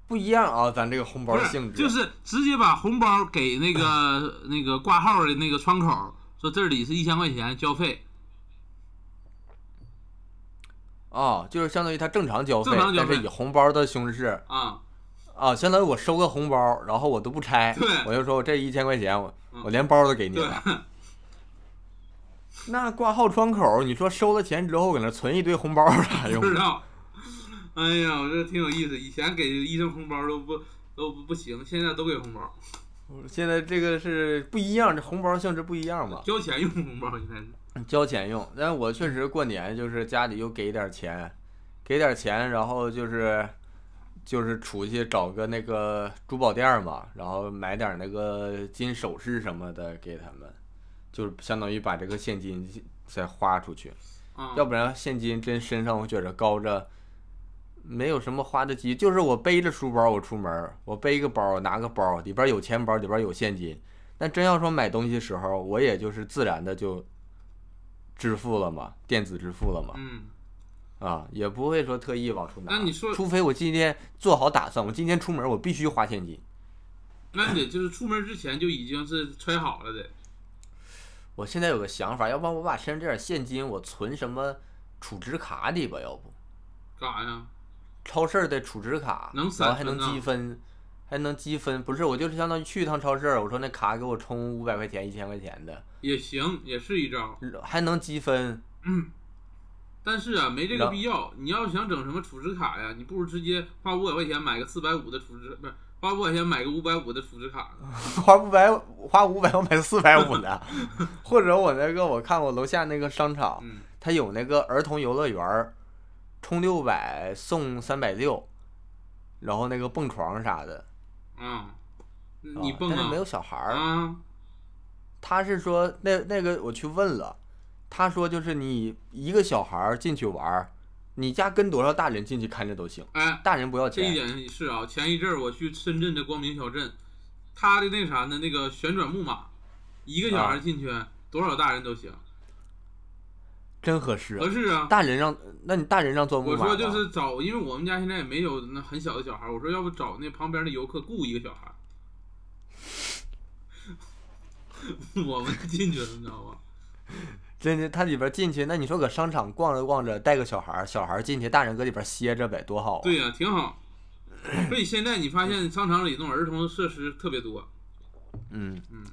A: 不一样啊，咱这个红包
B: 不是
A: 性质
B: 就是直接把红包给
A: (laughs)
B: 那个那个挂号的那个窗口，说这里是一千块钱交费，
A: 啊，就是相当于他正常交费，
B: 正常交费
A: 但是以红包的形式
B: 啊，
A: 啊，相当于我收个红包，然后我都不拆
B: 对，
A: 我就说我这一千块钱，我
B: 嗯
A: 我连包都给你
B: 对
A: 了。那挂号窗口，你说收了钱之后搁那存一堆红包有啥用
B: 不？知道。哎呀，我这挺有意思，以前给医生红包都不都不不行，现在都给红包，
A: 现在这个是不一样，这红包性质不一样嘛。
B: 交钱用红包现在是。
A: 交钱用，但我确实过年就是家里又给点钱，给点钱，然后就是就是出去找个那个珠宝店儿嘛，然后买点那个金首饰什么的给他们，就是相当于把这个现金再花出去，
B: 啊，
A: 要不然现金真身上我觉着高着。没有什么花的急，就是我背着书包我出门儿，我背一个包儿，我拿个包儿，里边儿有钱包，里边儿有现金。但真要说买东西时候，我也就是自然的就支付了嘛，电子支付了嘛，
B: 嗯，
A: 啊，也不会说特意往出拿。
B: 那你说
A: 除非我今天做好打算，我今天出门我必须花现金，
B: 那你得就是出门之前就已经是揣好了的。
A: 我现在有个想法，要不然我把身上这点现金我存什么储值卡里吧，要不
B: 干啥呀？
A: 超市的储值卡，
B: 能
A: 然
B: 散
A: 后还能
B: 存啊
A: 积分，还能积分。不是，我就是相当于去一趟超市，我说那卡给我充五百块钱、一千块钱的，呃
B: 也行，也是一招。
A: 还能积分。
B: 但是啊，没这
A: 然
B: 个
A: 后
B: 必要。你要想整什么储值卡呀，你不如直接花五百块钱买个四百五的储值，不是花五百块钱买个五百五的储值卡。
A: 花五百，花五百，我买四百五的， (laughs) 或者我那个我看我楼下那个商场，
B: 嗯，
A: 它有那个儿童游乐园儿，充六百送三百六，然后那个蹦床啥的，
B: 啊，
A: 啊
B: 你蹦
A: 但是
B: 啊
A: 没有小孩儿，
B: 啊，
A: 他是说那那个我去问了，他说就是你一个小孩儿进去玩儿，你家跟多少大人进去看着都行，
B: 哎，
A: 大人不要
B: 这一
A: 钱，
B: 点是啊。前一阵儿我去深圳的光明小镇，他的那啥呢，那个旋转木马，一个小
A: 啊
B: 孩进去、多少大人都行，
A: 真合适啊。
B: 合适啊。
A: 大人让，那你大人让坐木
B: 我
A: 马
B: 说就
A: 吧
B: 是找，因为我们家现在也没有那很小的小孩儿，我说要不找那旁边的游客雇一个小孩儿， (laughs) 我们进去了，你知道吗？
A: 真的，它里边进去，那你说搁商场逛着逛着，带个小孩儿，小孩儿进去，大人搁里边歇着呗，多好啊！
B: 对呀、挺好。所以现在你发现商场里那种儿童设施特别多，
A: 嗯
B: 嗯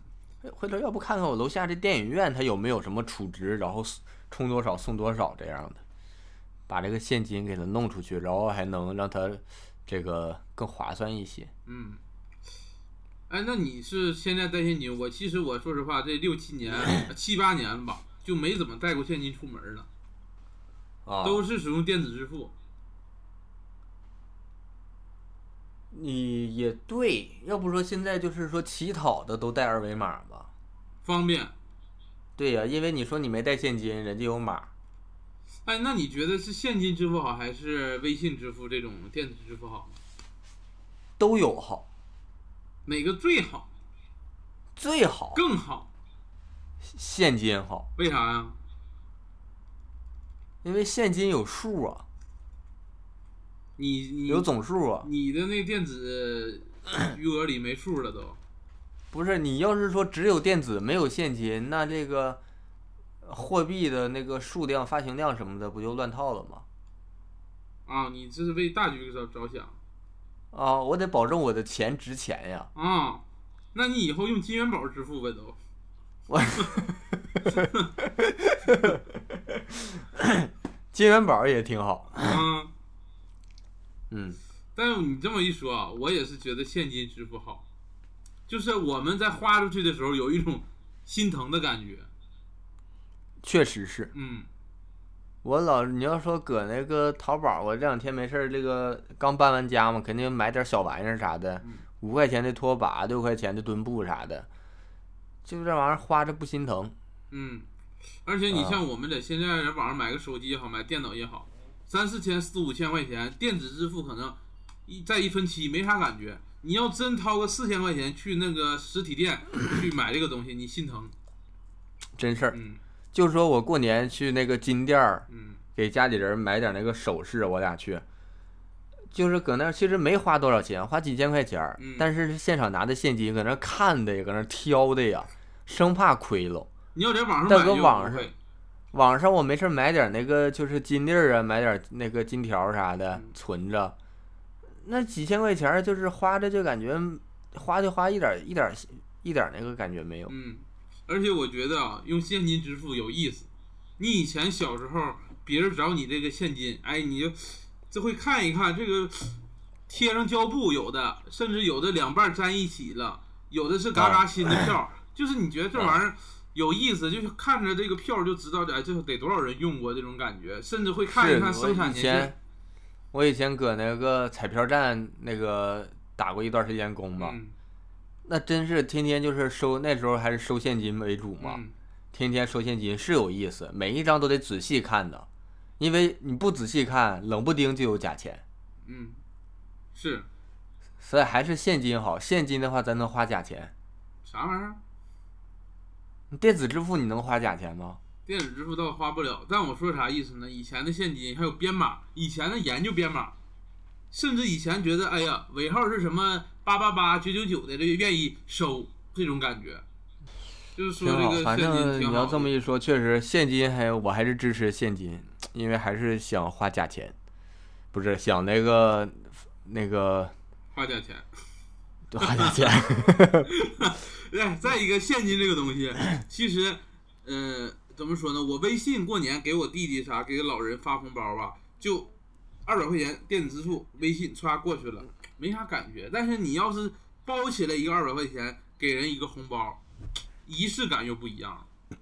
A: 哎回头要不看看我楼下这电影院，它有没有什么储值，然后充多少送多少这样的，把这个现金给它弄出去，然后还能让它这个更划算一些。
B: 嗯。哎，那你是现在带现金？我其实我说实话，这六七年、七八年了吧，就没怎么带过现金出门了，
A: 啊，
B: 都是使用电子支付。
A: 你也对，要不说现在就是说乞讨的都带二维码吧？
B: 方便。
A: 对呀、因为你说你没带现金，人家有码。
B: 哎，那你觉得是现金支付好，还是微信支付这种电子支付好呢？
A: 都有好，
B: 哪个最好？
A: 最好
B: 更好？
A: 现金好，
B: 为啥呀？
A: 因为现金有数啊，
B: 你你
A: 有总数啊。
B: 你的那电子余额里没数了都，
A: 不是你要是说只有电子没有现金，那这个货币的那个数量、发行量什么的不就乱套了吗？
B: 啊，你这是为大局着着想
A: 啊，我得保证我的钱值钱呀。
B: 啊。那你以后用金元宝支付呗都，
A: 我金元宝也挺好，
B: 啊。
A: 嗯，
B: 但是你这么一说啊，我也是觉得现金支付好，就是我们在花出去的时候有一种心疼的感觉，
A: 确实是。
B: 嗯，
A: 我老你要说搁那个淘宝，我这两天没事儿，这个刚搬完家嘛，肯定买点小玩意儿啥的，五块钱的拖把，六块钱的墩布啥的，就这玩意儿花着不心疼。
B: 嗯，而且你
A: 啊
B: 像我们在现在在网上买个手机也好，买电脑也好，三四千、四五千块钱，电子支付可能一在一分期没啥感觉。你要真掏个四千块钱去那个实
A: (laughs)
B: 体店去买这个东西，你心疼。
A: 真事儿，
B: 嗯
A: 就说我过年去那个金店儿，
B: 嗯，
A: 给家里人买点那个首饰，我俩去，就是搁那儿其实没花多少钱，花几千块钱儿，
B: 嗯
A: 但是是现场拿的现金，搁那儿看的呀，搁那儿挑的呀，生怕亏了。
B: 你要在网上
A: 大
B: 买
A: 哥
B: 就
A: 网
B: 不
A: 上
B: 会。
A: 网上我没事儿买点那个就是金粒儿啊，买点那个金条啥的
B: 嗯
A: 存着，那几千块钱儿就是花着就感觉花就花一点儿一点儿一点儿那个感觉没有。
B: 嗯，而且我觉得啊，用现金支付有意思。你以前小时候，别人找你这个现金，哎，你就这会看一看这个，贴上胶布，有的甚至有的两半粘一起了，有的是嘎
A: 啊
B: 嘎新
A: (laughs)
B: 的票，就是你觉得这玩意儿。有意思，就是看着这个票就知道，哎，这得多少人用过这种感觉，甚至会看一看
A: 是我
B: 生产
A: 以
B: 年限
A: 前。我以前搁那个彩票站那个打过一段时间工嘛，
B: 嗯
A: 那真是天天就是收，那时候还是收现金为主嘛，
B: 嗯，
A: 天天收现金是有意思，每一张都得仔细看的，因为你不仔细看，冷不丁就有假钱，
B: 嗯，是
A: 所以还是现金好。现金的话，咱能花假钱，
B: 啥玩意儿？啊
A: 电子支付你能花假钱吗？
B: 电子支付倒花不了，但我说啥意思呢？以前的现金还有编码，以前的研究编码，甚至以前觉得哎呀尾号是什么八八八九九九的，这个愿意收这种感觉，就是说
A: 挺
B: 这
A: 好，
B: 个
A: 反
B: 现金
A: 正
B: 挺
A: 你
B: 好
A: 要
B: 的。
A: 这么一说，确实现金还有我还是支持现金，因为还是想花假钱，不是想那个那个
B: 花点钱。
A: 多花点钱。 (laughs)
B: 对，哎再一个现金这个
A: (clears throat)
B: 东西，其实，呃，怎么说呢？我微信过年给我弟弟啥，给老人发红包吧，就二百块钱电子支付，微信刷过去了，没啥感觉。但是你要是包起来一个二百块钱，给人一个红包，仪式感又不一样了。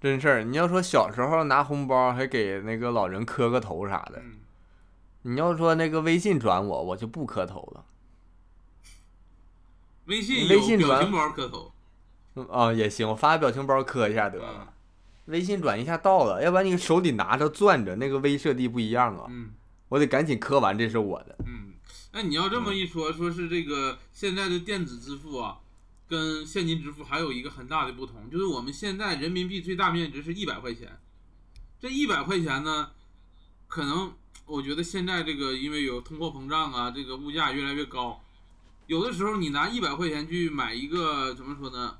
A: 真事儿，你要说小时候拿红包还给那个老人磕个头啥的，
B: 嗯，
A: 你要说那个微信转我，我就不磕头了。
B: 微信
A: 微
B: 有
A: 信
B: 表
A: 转
B: 情包磕头，
A: 嗯啊、也行，我发个表情包磕一下得了。微信转一下到了，要不然你手里拿着攥着，那个微设计不一样啊。
B: 嗯
A: 我得赶紧磕完，这是我的。
B: 嗯。那你要这么一说，说是这个现在的电子支付啊，跟现金支付还有一个很大的不同，就是我们现在人民币最大面值是一百块钱，这一百块钱呢，可能我觉得现在这个因为有通货膨胀啊，这个物价越来越高，有的时候你拿一百块钱去买一个怎么说呢，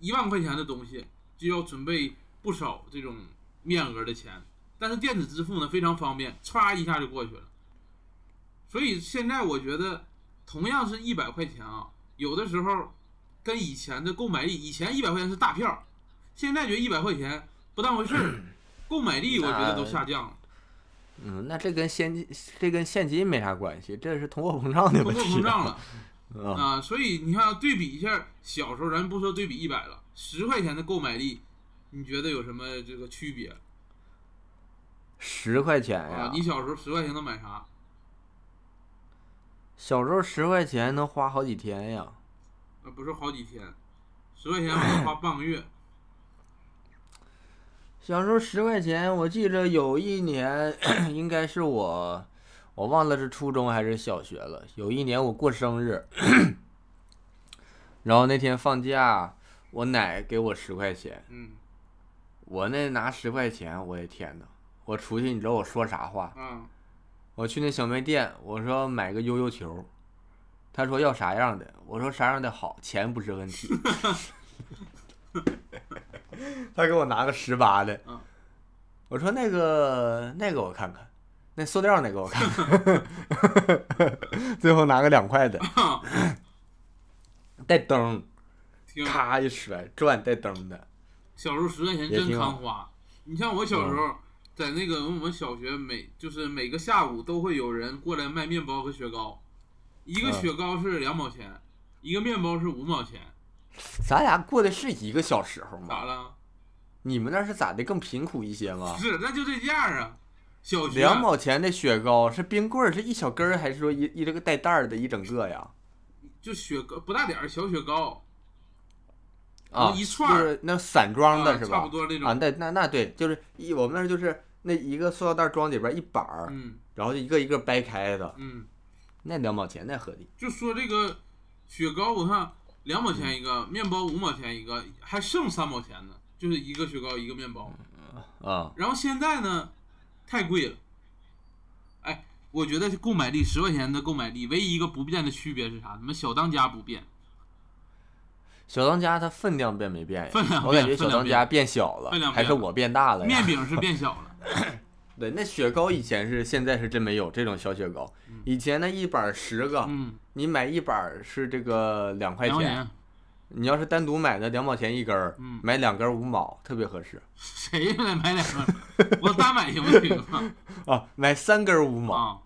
B: 一万块钱的东西，就要准备不少这种面额的钱，但是电子支付呢非常方便，歘一下就过去了。所以现在我觉得，同样是一百块钱啊，有的时候跟以前的购买力，以前一百块钱是大票，现在觉得一百块钱不当回事儿，购买力我觉得都下降了。
A: 嗯，那这跟现金这跟现金没啥关系，这是通货膨胀
B: (laughs)
A: 的
B: 通
A: 问
B: 货
A: 题。啊
B: 膨胀了
A: 嗯
B: 啊，所以你看对比一下，小时候咱不说对比一百了，十块钱的购买力，你觉得有什么这个区别
A: 十块钱哎呀、
B: 啊？你小时候十块钱能买啥？啊
A: 小时候十块钱能花好几天呀。
B: 啊，不是好几天，十块
A: 哎
B: 钱我能花半个月。
A: 小时候十块钱，我记着有一年， (clears throat) 应该是我，我忘了是初中还是小学了。有一年我过生日， (clears throat) 然后那天放假，我奶给我十块钱，
B: 嗯
A: 我那拿十块钱，我的天呐，我出去，你知道我说啥话？
B: 啊，
A: 我去那小卖店，我说买个悠悠球，他说要啥样的？我说啥样的好，钱不是问题。 (laughs) 他给我拿个十八的
B: 嗯，
A: 我说那个那个我看看，那塑料那个我看 (laughs) 看，最后拿个两块的， (laughs) 带灯儿，
B: 挺
A: 咔一甩转带灯儿的，
B: 小时候十块钱真扛花。你像我小时
A: 嗯
B: 候，在那个我们小学每就是每个下午都会有人过来卖面包和雪糕，一个
A: 嗯
B: 雪糕是两毛钱，一个面包是五毛钱，
A: 咱俩过的是一个小时候
B: 咋
A: 吗？
B: 了？
A: 你们那儿是咋的？更贫苦一些吗
B: 不？是，那就这价啊。小学
A: 两毛钱的雪糕是冰棍儿，是一小根儿，还是说一一这个带袋儿的一整个呀？
B: 就雪糕不大点儿小雪糕，
A: 啊，
B: 一串儿
A: 就是那散装的
B: 啊
A: 是
B: 差
A: 吧？
B: 不多那种
A: 啊，那那那对，就是一我们那儿就是那一个塑料袋装里边一板儿，
B: 嗯
A: 然后就一个一个掰开的，
B: 嗯，
A: 那两毛钱那合理。
B: 就说这个雪糕，我看两毛钱一个，面包五毛钱一个，还剩三毛钱呢，就是一个雪糕一个面包。
A: 啊、
B: 然后现在呢，太贵了。哎，我觉得购买力十块钱的购买力，唯一一个不变的区别是啥？你们小当家不变，
A: 小当家它分量变没变呀？
B: 分量
A: 我
B: 变
A: 感觉小
B: 分量
A: 当家变小了
B: 分量，变
A: 还是
B: 了
A: 我变大了呀？
B: 面饼是变小
A: (laughs)
B: 了。
A: 对，那雪糕以前是，现在是真没有这种小雪糕。以前那一板儿十个，
B: 嗯，
A: 你买一板儿是这个两块
B: 两块
A: 钱， (laughs)
B: 钱，
A: 你要是单独买的两毛钱一根儿，
B: 嗯
A: 买两根儿五毛，特别合适
B: 谁来买两个？我单买行不行
A: (laughs)
B: 啊？
A: 啊。买三根儿五毛，
B: 啊，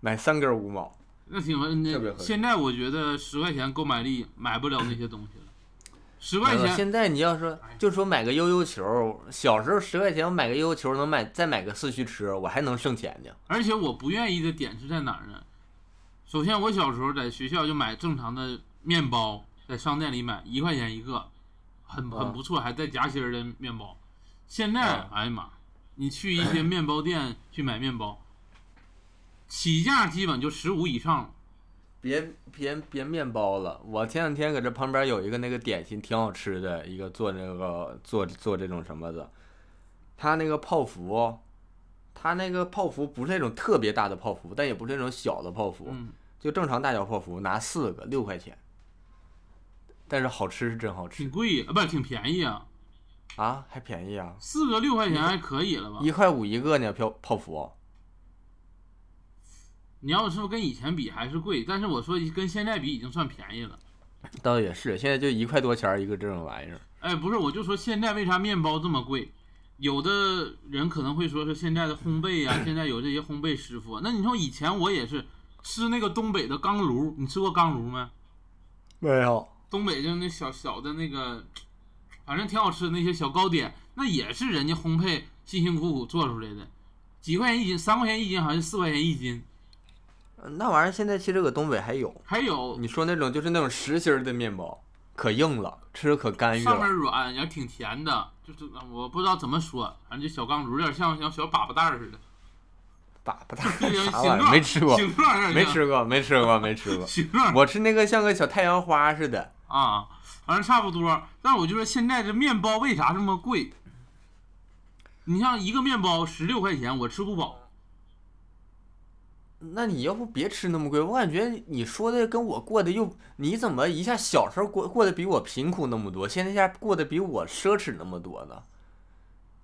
A: 买三根儿五毛，
B: 那挺合
A: 特别
B: 那
A: 合适
B: 现在我觉得十块钱购买力买不了那些东西了，十块
A: 没有
B: 钱哎
A: 现在你要说就说买个悠悠球，小时候十块钱我买个悠悠球能买再买个四驱车，我还能剩钱呢。
B: 而且我不愿意的点是在哪儿呢？首先，我小时候在学校就买正常的面包，在商店里买一块钱一个，很很
A: 嗯
B: 不错，还带夹心儿的面包。现在，
A: 嗯
B: 哎呀妈，你去一些面包店去买面包，起价基本就十五以上了。
A: 别别别面包了！我前两天搁这旁边有一个那个点心挺好吃的，一个做那个做做这种什么的，他那个泡芙，他那个泡芙不是那种特别大的泡芙，但也不是那种小的泡芙，
B: 嗯，
A: 就正常大小泡芙，拿四个六块钱，但是好吃是真好
B: 挺
A: 吃
B: 贵啊，不挺便宜啊，
A: 啊，还便宜啊，
B: 四个六块钱还可以了吧？
A: 一块五一个呢，泡泡芙，
B: 你要是跟以前比还是贵，但是我说跟现在比已经算便宜了。
A: 倒也是，现在就一块多钱儿一个这种玩意儿，
B: 哎，不是，我就说现在为啥面包这么贵？有的人可能会说是现在的烘焙啊，现在有这些烘焙师傅啊。那你说以前我也是吃那个东北的钢炉，你吃过钢炉没？
A: 没有，
B: 东北就那小小的那个，反正挺好吃的那些小糕点，那也是人家烘焙辛辛苦苦做出来的，几块钱一斤，三块钱一斤，好像是四块钱一斤。
A: 那玩意儿现在其实搁东北还有。
B: 还有
A: 你说那种就是那种实心儿的面包，可硬了，吃着可干预
B: 上面
A: 了。
B: 软，也挺甜的，就是我不知道怎么说，反正就小钢炉，有点像像小粑粑蛋
A: (laughs)
B: 儿似的，
A: 粑粑蛋
B: 就有
A: 儿啥
B: 形
A: 玩意
B: 状
A: 儿？没吃过，
B: 形状有点
A: 没
B: 像。
A: 吃过，没吃过，没吃过
B: 形状
A: 我吃那个像个小太阳花似的，
B: 啊，反正差不多。但是我就说现在这面包为啥这么贵？你像一个面包十六块钱，我吃不饱。
A: 那你要不别吃那么贵？我感觉你说的跟我过的又，你怎么一下小时候过过得比我贫苦那么多，现在一下过得比我奢侈那么多呢？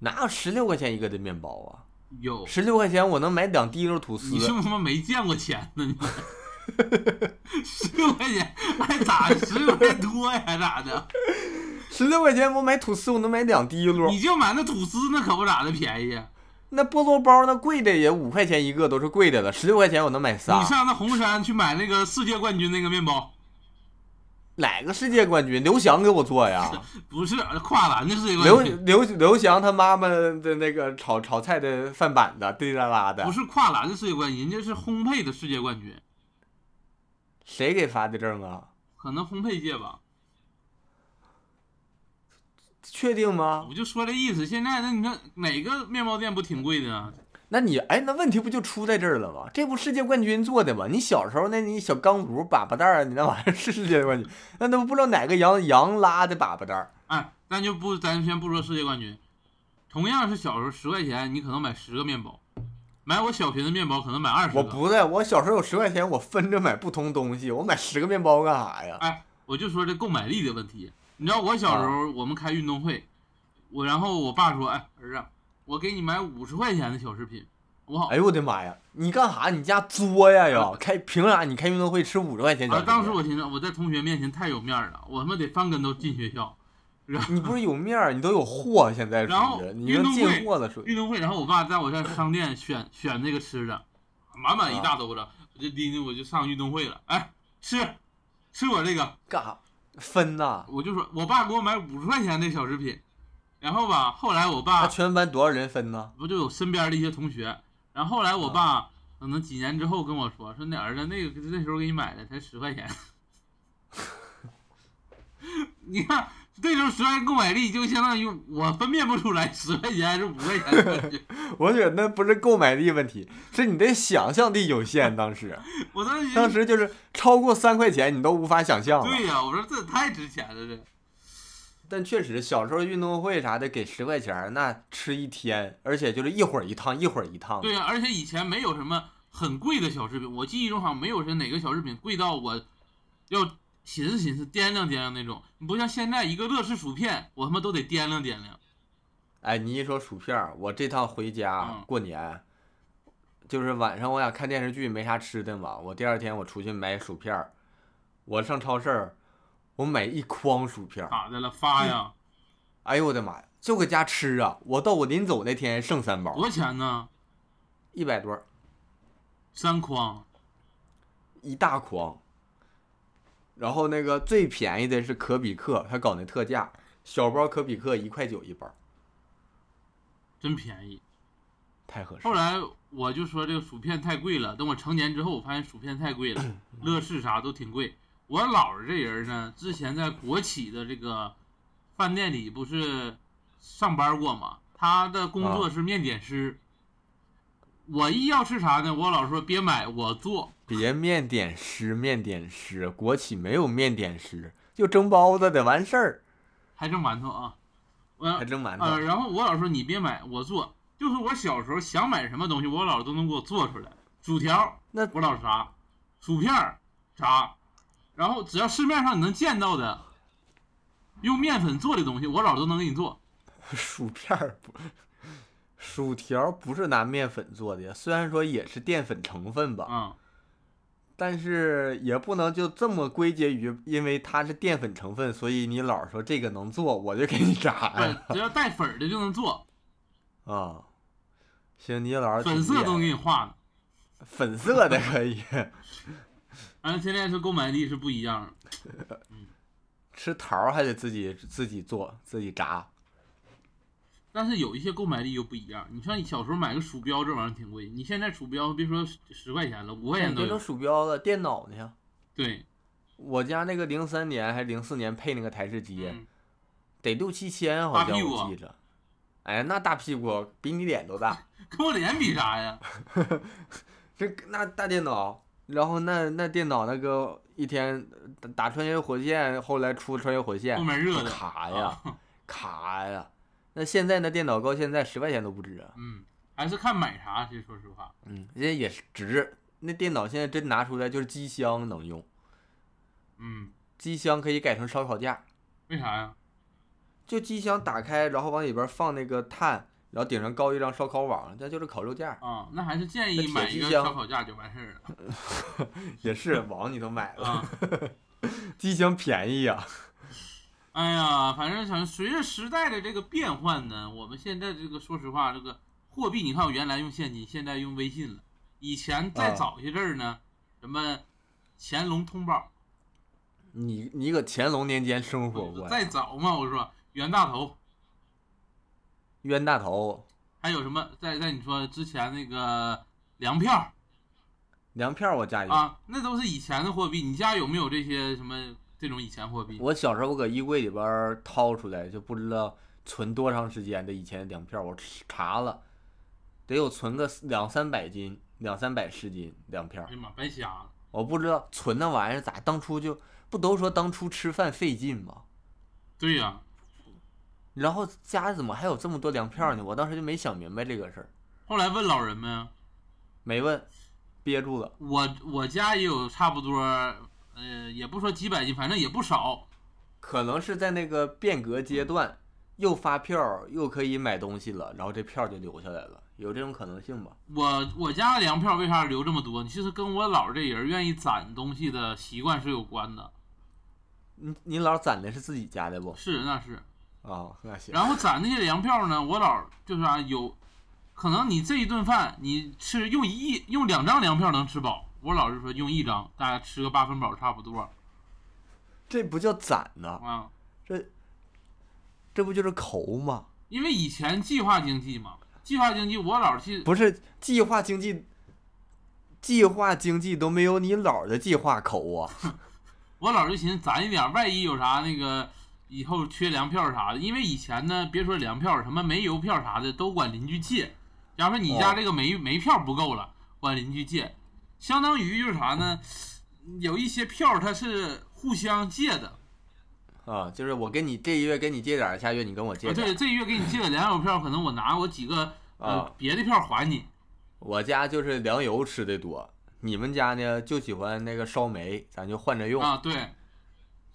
A: 哪有十六块钱一个的面包啊？
B: 有，
A: 十六块钱我能买两滴肉吐司
B: 你，是不是他妈没见过钱呢？你十六块钱，哎，咋十六块多呀？咋的？
A: 十六块钱我买吐司我能买两滴溜。
B: 你就买那吐司，那可不咋的便宜。
A: 那菠萝包那贵的也五块钱一个，都是贵的了。十六块钱我能买仨
B: 你。上那红山去买那个世界冠军那个面包，
A: 哪个世界冠军？刘翔给我做呀！
B: 不是跨栏的世界
A: 刘
B: 冠军，
A: 刘刘翔他妈妈的那个炒炒菜的饭板子，滴啦啦的
B: 不。是跨栏的世界冠军，人家是烘焙的世界冠军，
A: 谁给发的证啊？
B: 可能烘焙界吧。
A: 确定吗？
B: 我就说这意思。现在那你看哪个面包店不挺贵的啊？
A: 那你哎，那问题不就出在这儿了吗？这不世界冠军做的吗？你小时候那你小钢炉粑粑蛋儿，你那玩意儿是世界冠军， (laughs) 那都不知道哪个羊羊拉的粑粑蛋儿。
B: 哎，咱就不，咱先不说世界冠军，同样是小时候十块钱，你可能买十个面包，买我小学的面包可能买二十个。
A: 我，不在，我小时候有十块钱，我分着买不同东西，我买十个面包干啥呀？
B: 哎，我就说这购买力的问题。你知道我小时
A: 啊
B: 候我们开运动会，我然后我爸说，哎儿子，我给你买五十块钱的小食品，我好。
A: 哎呦我的妈呀！你干啥？你家作呀要开凭啥？你开运动会吃五十块钱小
B: 啊！
A: 吃？
B: 当时我寻思，我在同学面前太有面儿了，我他妈得翻跟头进学校。然后
A: 你不是有面儿，你都有货，现在属
B: 然后
A: 于你能进货了，属于
B: 运动会，然后我爸在我上商店选选那个吃的，满满一大兜子，我就拎着我就上运动会了。哎，吃，吃我这个，
A: 干啥？分呐、
B: 我就说我爸给我买五十块钱的小食品，然后吧，后来我
A: 那
B: 爸
A: 全班多少人分呢？
B: 不就有身边的一些同学，然后后来我爸可能几年之后跟我说，说那儿子那个那时候给你买的才十块钱，你看那时候十块钱购买力就相当于我分辨不出来十块钱还是五块钱的感觉，
A: 我觉得那不是购买力问题，是你的想象力有限。当时，
B: 我当时觉得
A: 当时就是超过三块钱你都无法想象了。
B: 对呀、我说这太值钱了这。
A: 但确实，小时候运动会啥的给十块钱儿，那吃一天，而且就是一会儿一趟，一会儿一趟。
B: 对呀、而且以前没有什么很贵的小饰品，我记忆中好像没有是哪个小饰品贵到我要寻思寻思掂量掂量那种。你不像现在一个乐事薯片，我他妈都得掂量掂量。
A: 哎，你一说薯片儿，我这趟回家
B: 嗯
A: 过年，就是晚上我俩看电视剧没啥吃的嘛，我第二天我出去买薯片儿，我上超市儿，我买一筐薯片儿，
B: 咋的了？发呀？
A: 哎呦我的妈呀，就搁家吃啊！我到我临走那天剩三包
B: 多，少钱呢？
A: 一百多儿，
B: 三筐。
A: 一大筐。然后那个最便宜的是可比克，他搞那特价，小包可比克一块九一包，
B: 真便宜。
A: 太合适
B: 后
A: 了。
B: 来我就说这个薯片太贵了。等我成年之后，我发现薯片太贵了，乐事啥都挺贵。我姥儿这人呢，之前在国企的这个饭店里不是上班过嘛，他的工作是面点师。我一要吃啥呢？我姥说别买，我做。
A: 别面点师，面点师，国企没有面点师，就蒸包子的完事儿。
B: 还蒸馒头啊，
A: 还
B: 我
A: 蒸馒
B: 呃，
A: 头，
B: 然后我姥说你别买，我做。就是我小时候想买什么东西，我姥都能给我做出来。薯条，
A: 那
B: 我老啥，薯片儿啥，然后只要市面上你能见到的，用面粉做的东西，我老都能给你做。
A: 薯片儿不，薯条不是拿面粉做的，虽然说也是淀粉成分吧，
B: 啊、
A: 但是也不能就这么归结于，因为它是淀粉成分，所以你老说这个能做，我就给你炸
B: 嗯，
A: 哎呀
B: 对，只要带粉儿的就能做，
A: 啊！行，你老是
B: 粉色都
A: 东
B: 给
A: 西，
B: 你画呢。
A: 啊粉色的可以 (laughs)
B: 反正哎现在是购买力是不一样的。
A: 吃桃儿还得自己自己做自己炸，
B: 但是有一些购买力又不一样，你像你小时候买个鼠标这玩意儿挺贵，你现在鼠标别说十十块钱了，五块钱都
A: 哎别说
B: 有。
A: 鼠标了，电脑呢？
B: 对，
A: 我家那个零三年还是零四年配那个台式机，
B: 嗯，
A: 得六七千，好
B: 大
A: 像
B: 屁股
A: 我记着。哎，那大屁股比你脸都大，
B: 跟我脸比啥呀？
A: 这那大电脑，然后那那电脑那个一天打打穿越火线，后来出穿越火线
B: 后，面热的。啊
A: 卡呀卡呀。那现在那电脑高，现在十块钱都不值啊，
B: 嗯，还是看买啥，其实说实话，
A: 嗯，人家也是值。那电脑现在真拿出来就是机箱能用，
B: 嗯，
A: 机箱可以改成烧烤架，
B: 为啥呀？
A: 就机箱打开，然后往里边放那个炭，然后顶上高一张烧烤网，那就是烤肉架。
B: 啊，那还是建议
A: 那
B: 买
A: 铁
B: 一
A: 皮
B: 个
A: 箱
B: 烧烤架就完事儿了
A: (laughs) 也是网你都买了，
B: 啊。
A: 机箱便宜啊呀、
B: 哎呀，反正想随着时代的这个变换呢，我们现在这个说实话，这个货币，你看我原来用现金，现在用微信了。以前再
A: 啊
B: 早些阵儿呢，什么乾隆通宝，
A: (laughs) 你你搁乾隆年间生活过呀？
B: 再早嘛，我说袁大头，
A: 冤大头、
B: 还有什么在在你说之前那个粮票
A: 粮票我家有。
B: 啊，那都是以前的货币。你家有没有这些什么这种以前货币？
A: 我小时候我搁衣柜里边儿掏出来，就不知道存多长时间的以前的粮票，我查了，得有存个两三百斤、两三百十斤粮票
B: 哎。呀妈，白瞎了。
A: 我不知道存那玩意儿咋，当初就不都说当初吃饭费劲吗？
B: 对呀、
A: 然后家怎么还有这么多粮票呢？我当时就没想明白这个事儿，
B: 后来问老人们，
A: 没问，憋住了。
B: 我我家也有差不多，呃，也不说几百斤，反正也不少。
A: 可能是在那个变革阶段，又发票又可以买东西了，然后这票就留下来了，有这种可能性吧？
B: 我我家粮票为啥留这么多？其实跟我姥儿这人愿意攒东西的习惯是有关的，
A: 你你老攒的是自己家的不？
B: 是那是。
A: 啊，那行。
B: 然后攒那些粮票呢，我姥儿就是啊，有可能你这一顿饭你吃用一用两张粮票能吃饱，我姥儿就说用一张，大家吃个八分饱差不多
A: 这不叫攒呐、
B: 啊。
A: 这这不就是抠吗？
B: 因为以前计划经济嘛，计划经济我老去
A: 不是计划经济，计划经济都没有你姥的计划抠啊！
B: 我老是寻思攒一点，万一有啥那个以后缺粮票啥的，因为以前呢，别说粮票，什么煤油票啥的都管邻居借。假如说你
A: 哦
B: 家这个煤、煤票不够了，管邻居借，相当于就是啥呢？有一些票它是互相借的，
A: 啊，就是我跟你这一月跟你借点儿，下月你跟我借
B: 啊，
A: 点儿。
B: 对，这月给你借个粮油票，可能我拿我几个呃
A: 啊
B: 别的票还你。
A: 我家就是粮油吃的多，你们家呢就喜欢那个烧煤，咱就换着用。
B: 啊，对，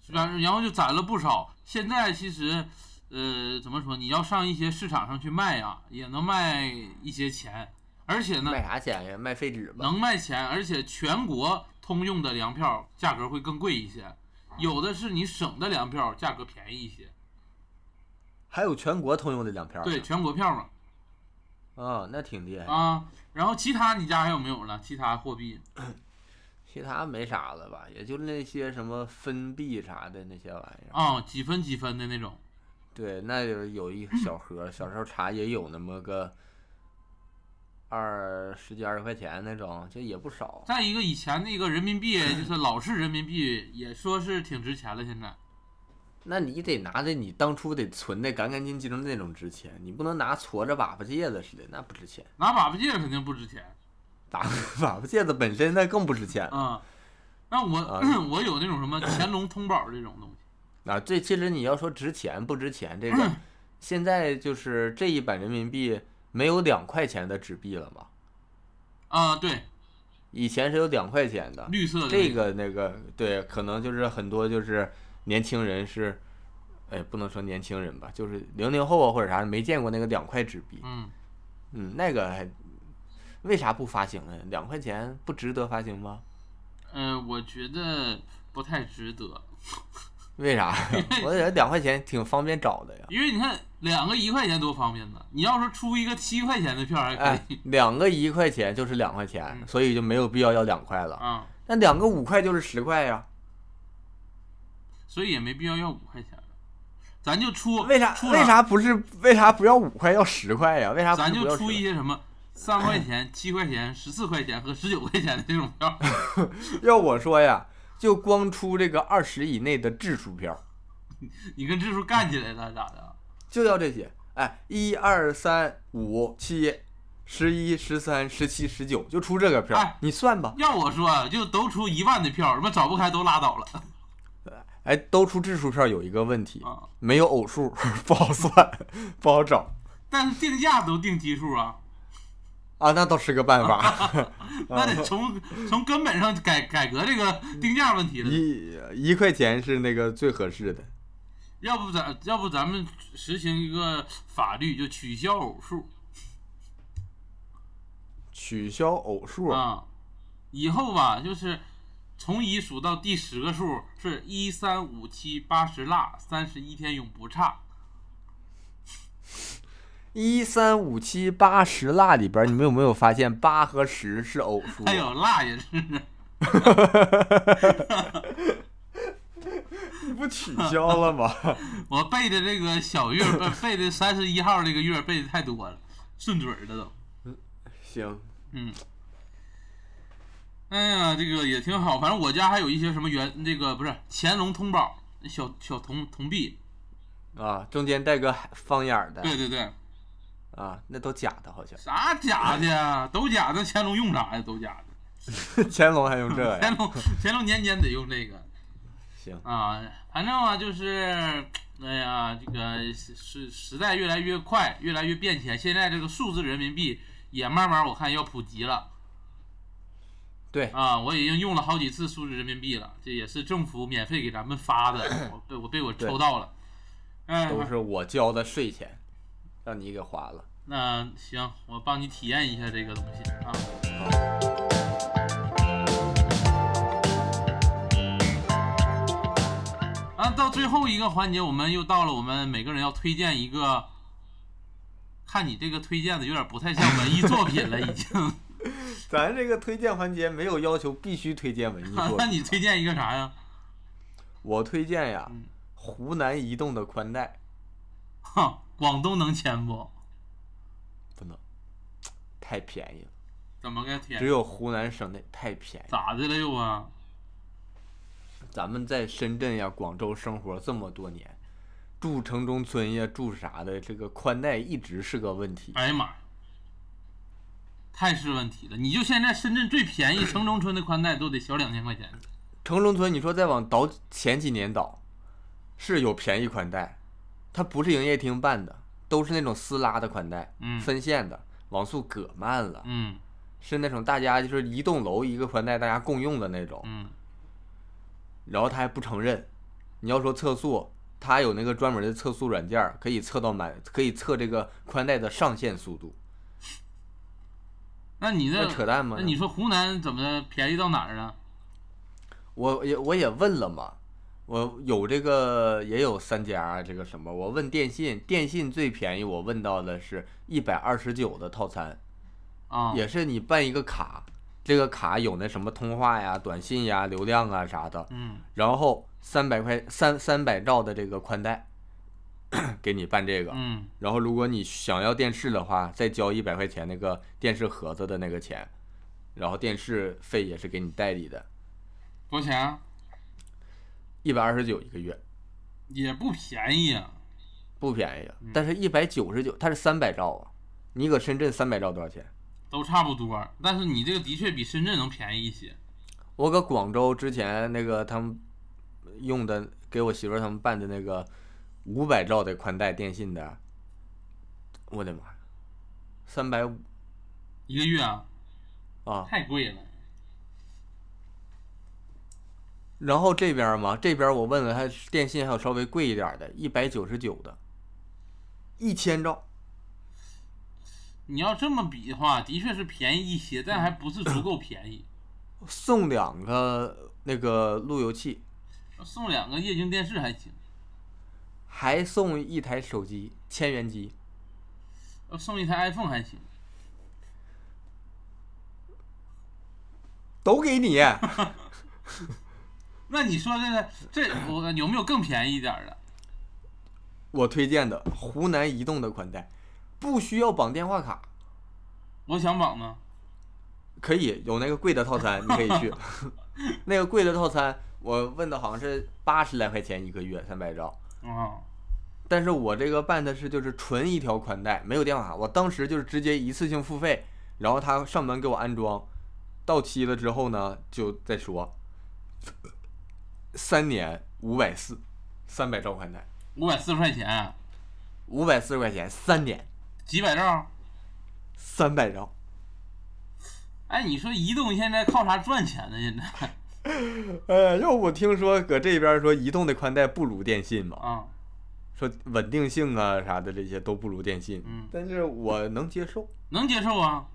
B: 然然后就攒了不少。现在其实，呃，怎么说？你要上一些市场上去卖啊，也能卖一些钱，而且呢，
A: 卖啥钱呀？卖废纸吧。
B: 能卖钱，而且全国通用的粮票价格会更贵一些，有的是你省的粮票价格便宜一些。
A: 还有全国通用的粮票。
B: 对，。全国票嘛，
A: 啊，那挺厉害。
B: 啊，然后其他你家还有没有了？其他货币？
A: 其他没啥了吧？也就那些什么分币啥的那些玩意儿。
B: 啊、几分几分的那种。
A: 对，那有有一小盒，小时候茶也有那么个二十几二十块钱那种，这也不少。
B: 再一个，以前那个人民币就是老式人民币，也说是挺值钱了，现在。
A: 那你得拿着你当初得存的干干净净的那种值钱，你不能拿搓着粑粑戒指似的，那不值钱。
B: 拿粑粑戒指肯定不值钱
A: 打粑粑 (laughs) 戒指本身那更不值钱了。
B: 啊。那我、
A: 啊
B: (clears throat) 我有那种
A: (clears throat)
B: 什么乾隆通宝这种东西，
A: 啊，这其实你要说值钱不值钱，这个现在就是这一版人民币没有两块钱的纸币了嘛？
B: 啊，对，
A: 以前是有两块钱的，
B: 绿色的那
A: 这个那个对，可能就是很多就是年轻人是，哎，不能说年轻人吧，就是零零后啊或者啥没见过那个两块纸币，
B: 嗯，
A: 嗯，那个还为啥不发行呢？两块钱不值得发行吗？
B: 呃，我觉得不太值得，
A: 为啥？ (laughs) 我觉得两块钱挺方便找的呀。
B: 因为你看两个一块钱多方便呢，你要说出一个七块钱的票还 (laughs)
A: 哎
B: 可以、，
A: 两个一块钱就是两块钱，
B: 嗯
A: 所以就没有必要要两块了。
B: 啊，
A: 那两个五块就是十块呀，
B: 所以也没必要要五块钱了，咱就出
A: 为啥
B: 出啊
A: 为啥不是为啥不要五块要十块呀？为啥不
B: 咱
A: 是不
B: 就
A: 要
B: 出一
A: 十？
B: 些什么三块钱、七块钱、十四块钱和十九块钱的这种票， (laughs)
A: 要我说呀，就光出这个二十以内的质数票，
B: 你跟支书干起来了咋的？
A: 就要这些。哎，一二三五七，十一十三十七十九，就出这个票，
B: 哎
A: 你算吧。
B: 要我说啊就都出一万的票，什么找不开都拉倒了
A: 哎，都出质数票有一个问题，
B: 啊。
A: 没有偶数， (laughs) 不好算，不好找
B: 但是定价都定基数啊，
A: 啊。那倒是个办法。
B: 那得从从根本上改改革这个定价问题了。
A: 一一块钱是那个最合适的。
B: 要不咱要不咱们实行一个法律，就取消偶数
A: 取消偶数，
B: 啊。以后吧，就是从一数到第十个数是一三五七八十腊，三十一天永不差。
A: 一三五七八十腊里边，你们有没有发现八和十是偶数？啊
B: (laughs) 还有腊也是，
A: 你不取消了吗？ (laughs)
B: 我背的这个小月份背的三十一号这个月背的太多了，顺嘴儿的都。
A: 行，
B: 嗯，哎呀，这个也挺好，反正我家还有一些什么元，这个不是乾隆通宝，那小小铜铜币，
A: 啊，中间带个方眼儿的
B: 对对对，
A: 啊，那都假的，好像
B: 啥假的呀，都假的，乾隆用啥呀，都假的，
A: (laughs) 乾隆还用这
B: 乾
A: 呀？
B: 隆 (laughs) 乾隆年间得用这个
A: 行，
B: 啊，反正啊就是，哎呀，这个时时代越来越快，越来越变迁，现在这个数字人民币也慢慢我看要普及了。
A: 对，
B: 啊，我已经用了好几次数字人民币了，这也是政府免费给咱们发的，我被我被我抽到了。
A: 都
B: 嗯，
A: 是我交的税钱，让你给花了。
B: 那行，我帮你体验一下这个东西啊。啊，到最后一个环节，我们又到了我们每个人要推荐一个。看你这个推荐的有点不太像文艺作品了，已经。
A: 咱这个推荐环节没有要求必须推荐文艺作
B: (laughs) 那
A: 品，
B: 你推荐一个啥呀？ (laughs)
A: 我推荐呀
B: 嗯，
A: 湖南移动的宽带。
B: 哼，广东能签不？
A: 不能，太便宜了。
B: 怎么个
A: 只
B: 天？
A: 有湖南省内太便宜。
B: 咋的了又啊？
A: 咱们在深圳呀、广州生活这么多年，住城中村呀、住啥的，这个宽带一直是个问题。
B: 哎呀妈呀，太是问题了！你就现在深圳最便宜城中村的宽带都得小两千块钱，
A: 城中村，你说再往倒前几年倒，是有便宜宽带，它不是营业厅办的，都是那种私拉的宽带，
B: 嗯
A: 分线的，网速可慢了，
B: 嗯
A: 是那种大家就是一栋楼一个宽带，大家共用的那种。
B: 嗯，
A: 然后他还不承认。你要说测速，他有那个专门的测速软件儿，可以测到满，可以测这个宽带的上限速度。
B: 那你这
A: 那扯淡吗
B: 那你说湖南怎么便宜到哪儿啊？
A: 我也我也问了嘛，我有这个也有三家啊这个什么，我问电信，电信最便宜，我问到的是一百二十九的套餐，
B: 啊，
A: 也是你办一个卡，这个卡有那什么通话呀、短信呀、流量啊啥的，
B: 嗯
A: 然后三百块三三百兆的这个宽带， (coughs) 给你办这个，
B: 嗯
A: 然后如果你想要电视的话，再交一百块钱那个电视盒子的那个钱，然后电视费也是给你代理的，
B: 多少钱啊？
A: 一百二十九一个月，
B: 也不便宜啊。
A: 不便宜啊。但是，一百九十九，它是三百兆啊，你搁深圳三百兆多少钱？
B: 都差不多，但是你这个的确比深圳能便宜一些。
A: 我搁广州之前那个他们用的，给我媳妇儿他们办的那个五百兆的宽带电信的，我的妈呀，三百五
B: 一个月啊，
A: 啊！
B: 太贵了。
A: 然后这边嘛，这边我问了他，电信还有稍微贵一点的，一百九十九的，一千兆。
B: 你要这么比的话，的确是便宜一些，但还不是足够便宜。
A: 送两个那个路由器，
B: 送两个液晶电视还行，
A: 还送一台手机，千元机。
B: 要送一台 iPhone 还行。
A: 都给你，
B: 那你说这个这我有没有更便宜一点儿的？
A: 我推荐的湖南移动的宽带，不需要绑电话卡，
B: 我想绑呢，
A: 可以有那个贵的套餐，你可以去。 (laughs) 那个贵的套餐，我问的好像是八十来块钱一个月，三百兆。
B: 啊、
A: 但是我这个办的是就是纯一条宽带，没有电话卡。我当时就是直接一次性付费，然后他上门给我安装，到期了之后呢就再说。三年五百四，三百兆宽带，
B: 五百四十块钱，
A: 五百四十块钱，三年
B: 几百兆。
A: 三百兆。
B: 哎，你说移动现在靠啥赚钱呢？现在
A: 哎，要我听说搁这边说移动的宽带不如电信嘛，
B: 啊，
A: 说稳定性啊啥的这些都不如电信，
B: 嗯
A: 但是我能接受，
B: 能接受啊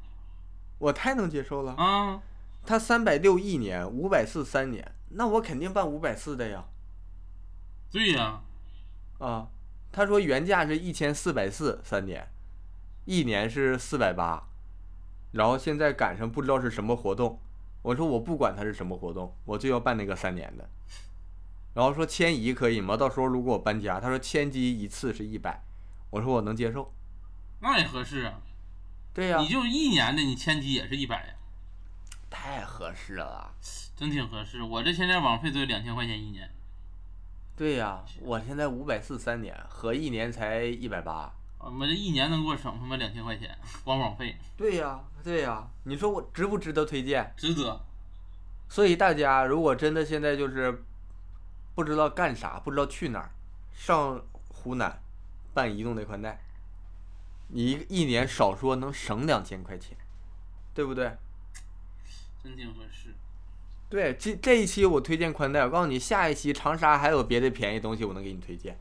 A: 我太能接受了。
B: 啊！
A: 他三百六一年，五百四三年，那我肯定办五百四的呀。
B: 对呀、
A: 啊，他说原价是一千四百四三年，一年是四百八，然后现在赶上不知道是什么活动，我说我不管它是什么活动，我就要办那个三年的。然后说迁移可以吗？到时候如果我搬家，他说迁机一次是一百，我说我能接受。
B: 那也合适啊。
A: 对呀、
B: 你就一年的，你千机也是一百呀，
A: 太合适了。
B: 真挺合适。我这现在网费都有两千块钱一年，
A: 对呀、我现在五百四三年，合一年才一百八。
B: 我们这一年能给我省他妈两千块钱，光网费
A: 对呀、对呀、你说我值不值得推荐？
B: 值得。
A: 所以大家如果真的现在就是不知道干啥，不知道去哪儿，上湖南办移动的宽带，你一一年少说能省两千块钱，对不对？
B: 真挺合适。
A: 对，这这一期我推荐宽带，我告诉你，下一期长沙还有别的便宜东西我能给你推荐。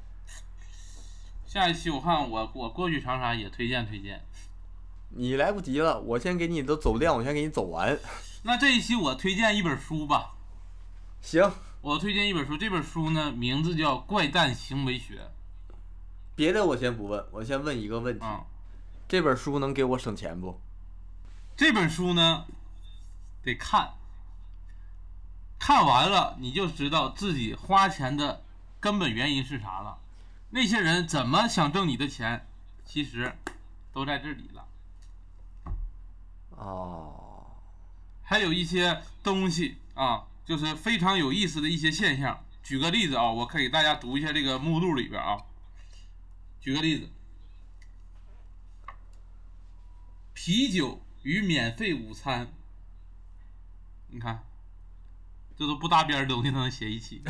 B: 下一期我看我我过去长沙也推荐推荐。
A: 你来不及了，我先给你都走量，我先给你走完。
B: 那这一期我推荐一本书吧，
A: 行，
B: 我推荐一本书，这本书呢名字叫《怪诞行为学
A: 别的我先不问，我先问一个问》题：
B: 啊、
A: 这本书能给我省钱不？
B: 这本书呢得看，看完了你就知道自己花钱的根本原因是啥了。那些人怎么想挣你的钱，其实都在这里了。
A: 哦，
B: 还有一些东西啊，就是非常有意思的一些现象。举个例子啊，我可以给大家读一下这个目录里边啊。举个例子，啤酒与免费午餐，你看，这都不搭边儿的东西都能写一起。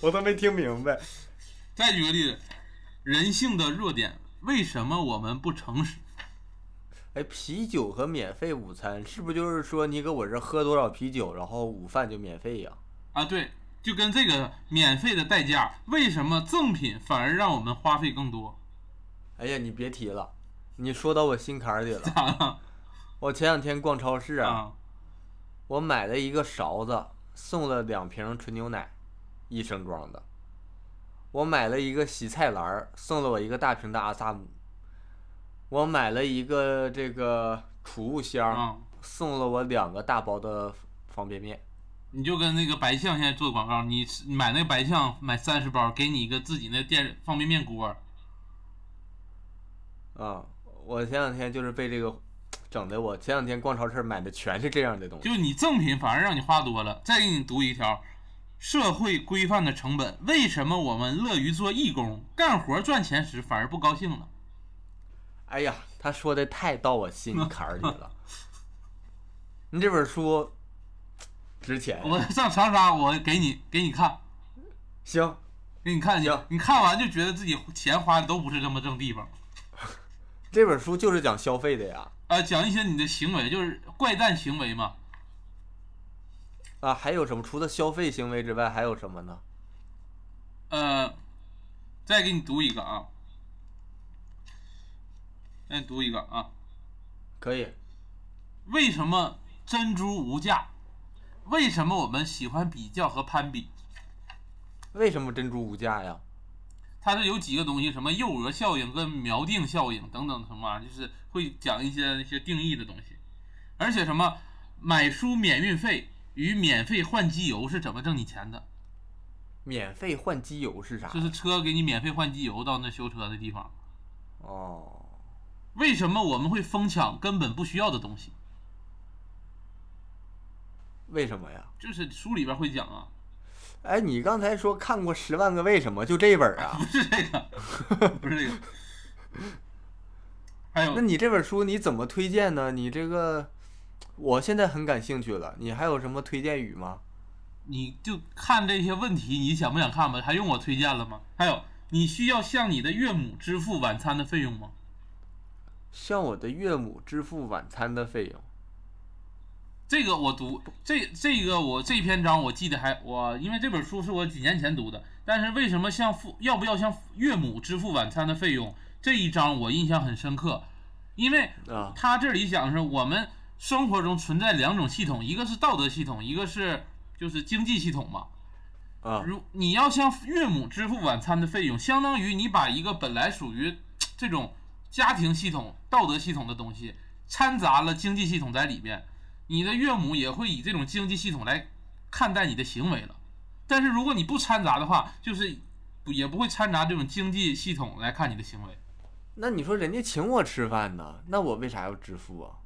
A: 我都没听明白。
B: 再举个例子，人性的弱点，为什么我们不诚实？
A: (laughs) 哎，啤酒和免费午餐是不是就是说你搁我这喝多少啤酒，然后午饭就免费呀？
B: 啊，对，就跟这个免费的代价，为什么赠品反而让我们花费更多？ (laughs)
A: 哎呀，你别提了，你说到我心坎儿里了。
B: 咋了？
A: 我前两天逛超市啊，
B: 啊，
A: 我买了一个勺子，送了两瓶纯牛奶，一升装的。我买了一个洗菜篮儿，送了我一个大瓶的阿萨姆。我买了一个这个储物箱，
B: 啊
A: 送了我两个大包的方便面。
B: 你就跟那个白象现在做广告，你吃你买那个白象买三十包，给你一个自己那电方便面锅儿，
A: 啊、我前两天就是被这个整的我，前两天逛超市买的全是这样的东西。
B: 就是你赠品反而让你花多了。再给你读一条，社会规范的成本，为什么我们乐于做义工，干活赚钱时反而不高兴了？
A: 哎呀，他说的太到我心坎儿里了。你这本书值钱，
B: 我上长沙，我给你给你看，
A: 行，
B: 给你看，你
A: 行
B: 你看完就觉得自己钱花的都不是这么正地方。
A: 这本书就是讲消费的呀。
B: 啊，讲一些你的行为，就是怪诞行为嘛。
A: 啊，还有什么？除了消费行为之外，还有什么呢？
B: 呃，再给你读一个啊，再读一个啊。
A: 可以，
B: 为什么珍珠无价？为什么我们喜欢比较和攀比？
A: 为什么珍珠无价呀？
B: 它是有几个东西，什么诱饵效应跟锚定效应等等什么啊，就是会讲一些一些定义的东西。而且什么买书免运费与免费换机油是怎么挣你钱的？
A: 免费换机油是啥呀？
B: 就是车给你免费换机油到那修车的地方。
A: 哦，
B: 为什么我们会疯抢根本不需要的东西？
A: 为什么呀？
B: 就是书里边会讲啊，
A: 哎，你刚才说看过《十万个为什么》，就这本儿啊
B: 不？是这个，不是这个。还有
A: 那你这本书你怎么推荐呢？你这个，我现在很感兴趣了。你还有什么推荐语吗？
B: 你就看这些问题，你想不想看吧？还用我推荐了吗？还有，你需要向你的岳母支付晚餐的费用吗？
A: 向我的岳母支付晚餐的费用。
B: 这个我读这这个我这篇章我记得还我因为这本书是我几年前读的，但是为什么向父要不要向岳母支付晚餐的费用这一章我印象很深刻，因为
A: 啊
B: 他这里讲的是我们生活中存在两种系统，一个是道德系统，一个是就是经济系统嘛。
A: 啊
B: 如你要向岳母支付晚餐的费用，相当于你把一个本来属于这种家庭系统、道德系统的东西，掺杂了经济系统在里边，你的岳母也会以这种经济系统来看待你的行为了。但是如果你不掺杂的话，就是不也不会掺杂这种经济系统来看你的行为。
A: 那你说人家请我吃饭呢，那我为啥要支付啊？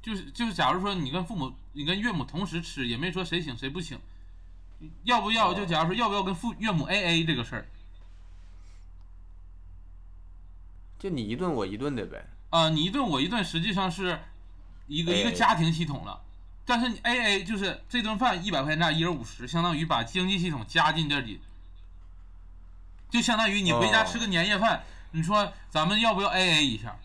B: 就是就是，假如说你跟父母、你跟岳母同时吃，也没说谁请谁不请，要不要？就假如说要不要跟父岳母 A A 这个事儿，
A: 就你一顿我一顿的呗。
B: 啊、你一顿我一顿，实际上是一个一个
G: AA
B: 家庭系统了。但是你 A A 就是这顿饭一百块钱价，一人五十，相当于把经济系统加进这里，就相当于你回家
A: 哦
B: 吃个年夜饭，你说咱们要不要 A A 一下？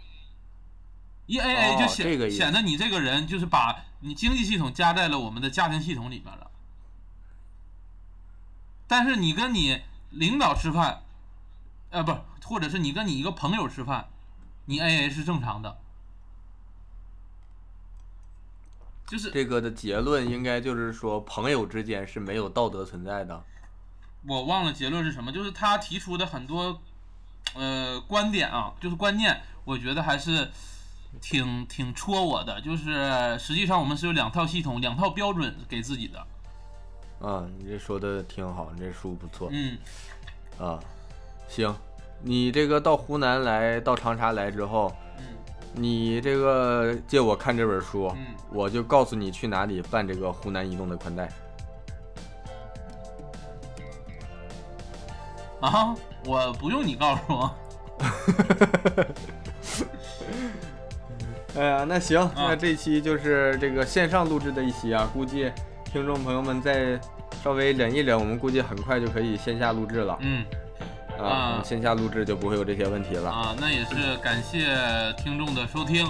B: 一 A A
A: 哦
B: 就显、
A: 这个意思
B: 显得你这个人就是把你经济系统加在了我们的家庭系统里面了。但是你跟你领导吃饭，呃，不，或者是你跟你一个朋友吃饭，你 A A 是正常的，就是
A: 这个的结论应该就是说，朋友之间是没有道德存在的。
B: 我忘了结论是什么，就是他提出的很多呃观点啊，就是观念，我觉得还是挺挺戳我的。就是实际上我们是有两套系统、两套标准给自己的。
A: 啊，你这说的挺好，你这书不错。
B: 嗯，
A: 啊，行，你这个到湖南来，到长沙来之后，
H: 嗯
A: 你这个借我看这本书，
H: 嗯，
A: 我就告诉你去哪里办这个湖南移动的宽带。
I: 啊，我不用你告诉我，
A: 哎呀，那行，
I: 啊
A: 那这期就是这个线上录制的一期啊，估计听众朋友们再稍微忍一忍，我们估计很快就可以线下录制了、
I: 嗯
A: 啊，
I: 啊
A: 我们线下录制就不会有这些问题了。
I: 啊，那也是感谢听众的收听，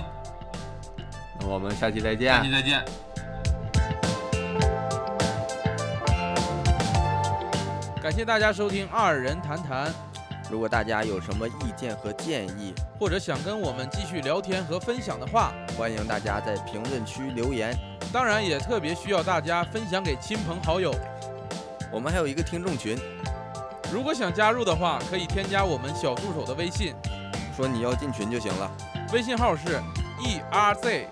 A: 那我们下期再见，
I: 下期再见。
B: 感谢大家收听《二人谈谈》，
J: 如果大家有什么意见和建议，
B: 或者想跟我们继续聊天和分享的话，
J: 欢迎大家在评论区留言。
B: 当然也特别需要大家分享给亲朋好友。
J: 我们还有一个听众群，
B: 如果想加入的话，可以添加我们小助手的微信，
J: 说你要进群就行了。
B: 微信号是 e r z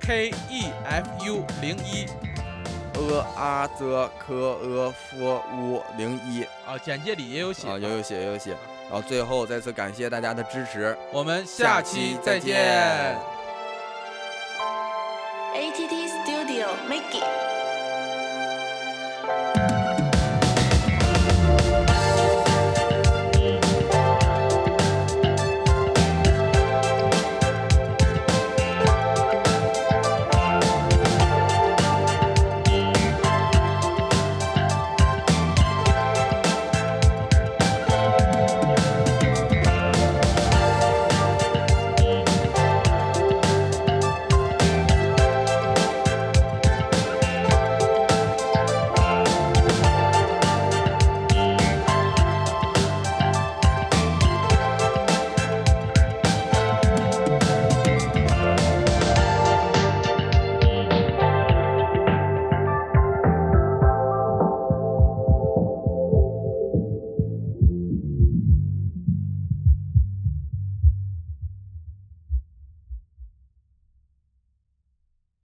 B: k e f u 零一
J: 呃啊则科呃夫乌零一
B: 啊，简介里也有写。
J: 啊，有有写有有写。然后最后再次感谢大家的支持，
B: 我们下期再见。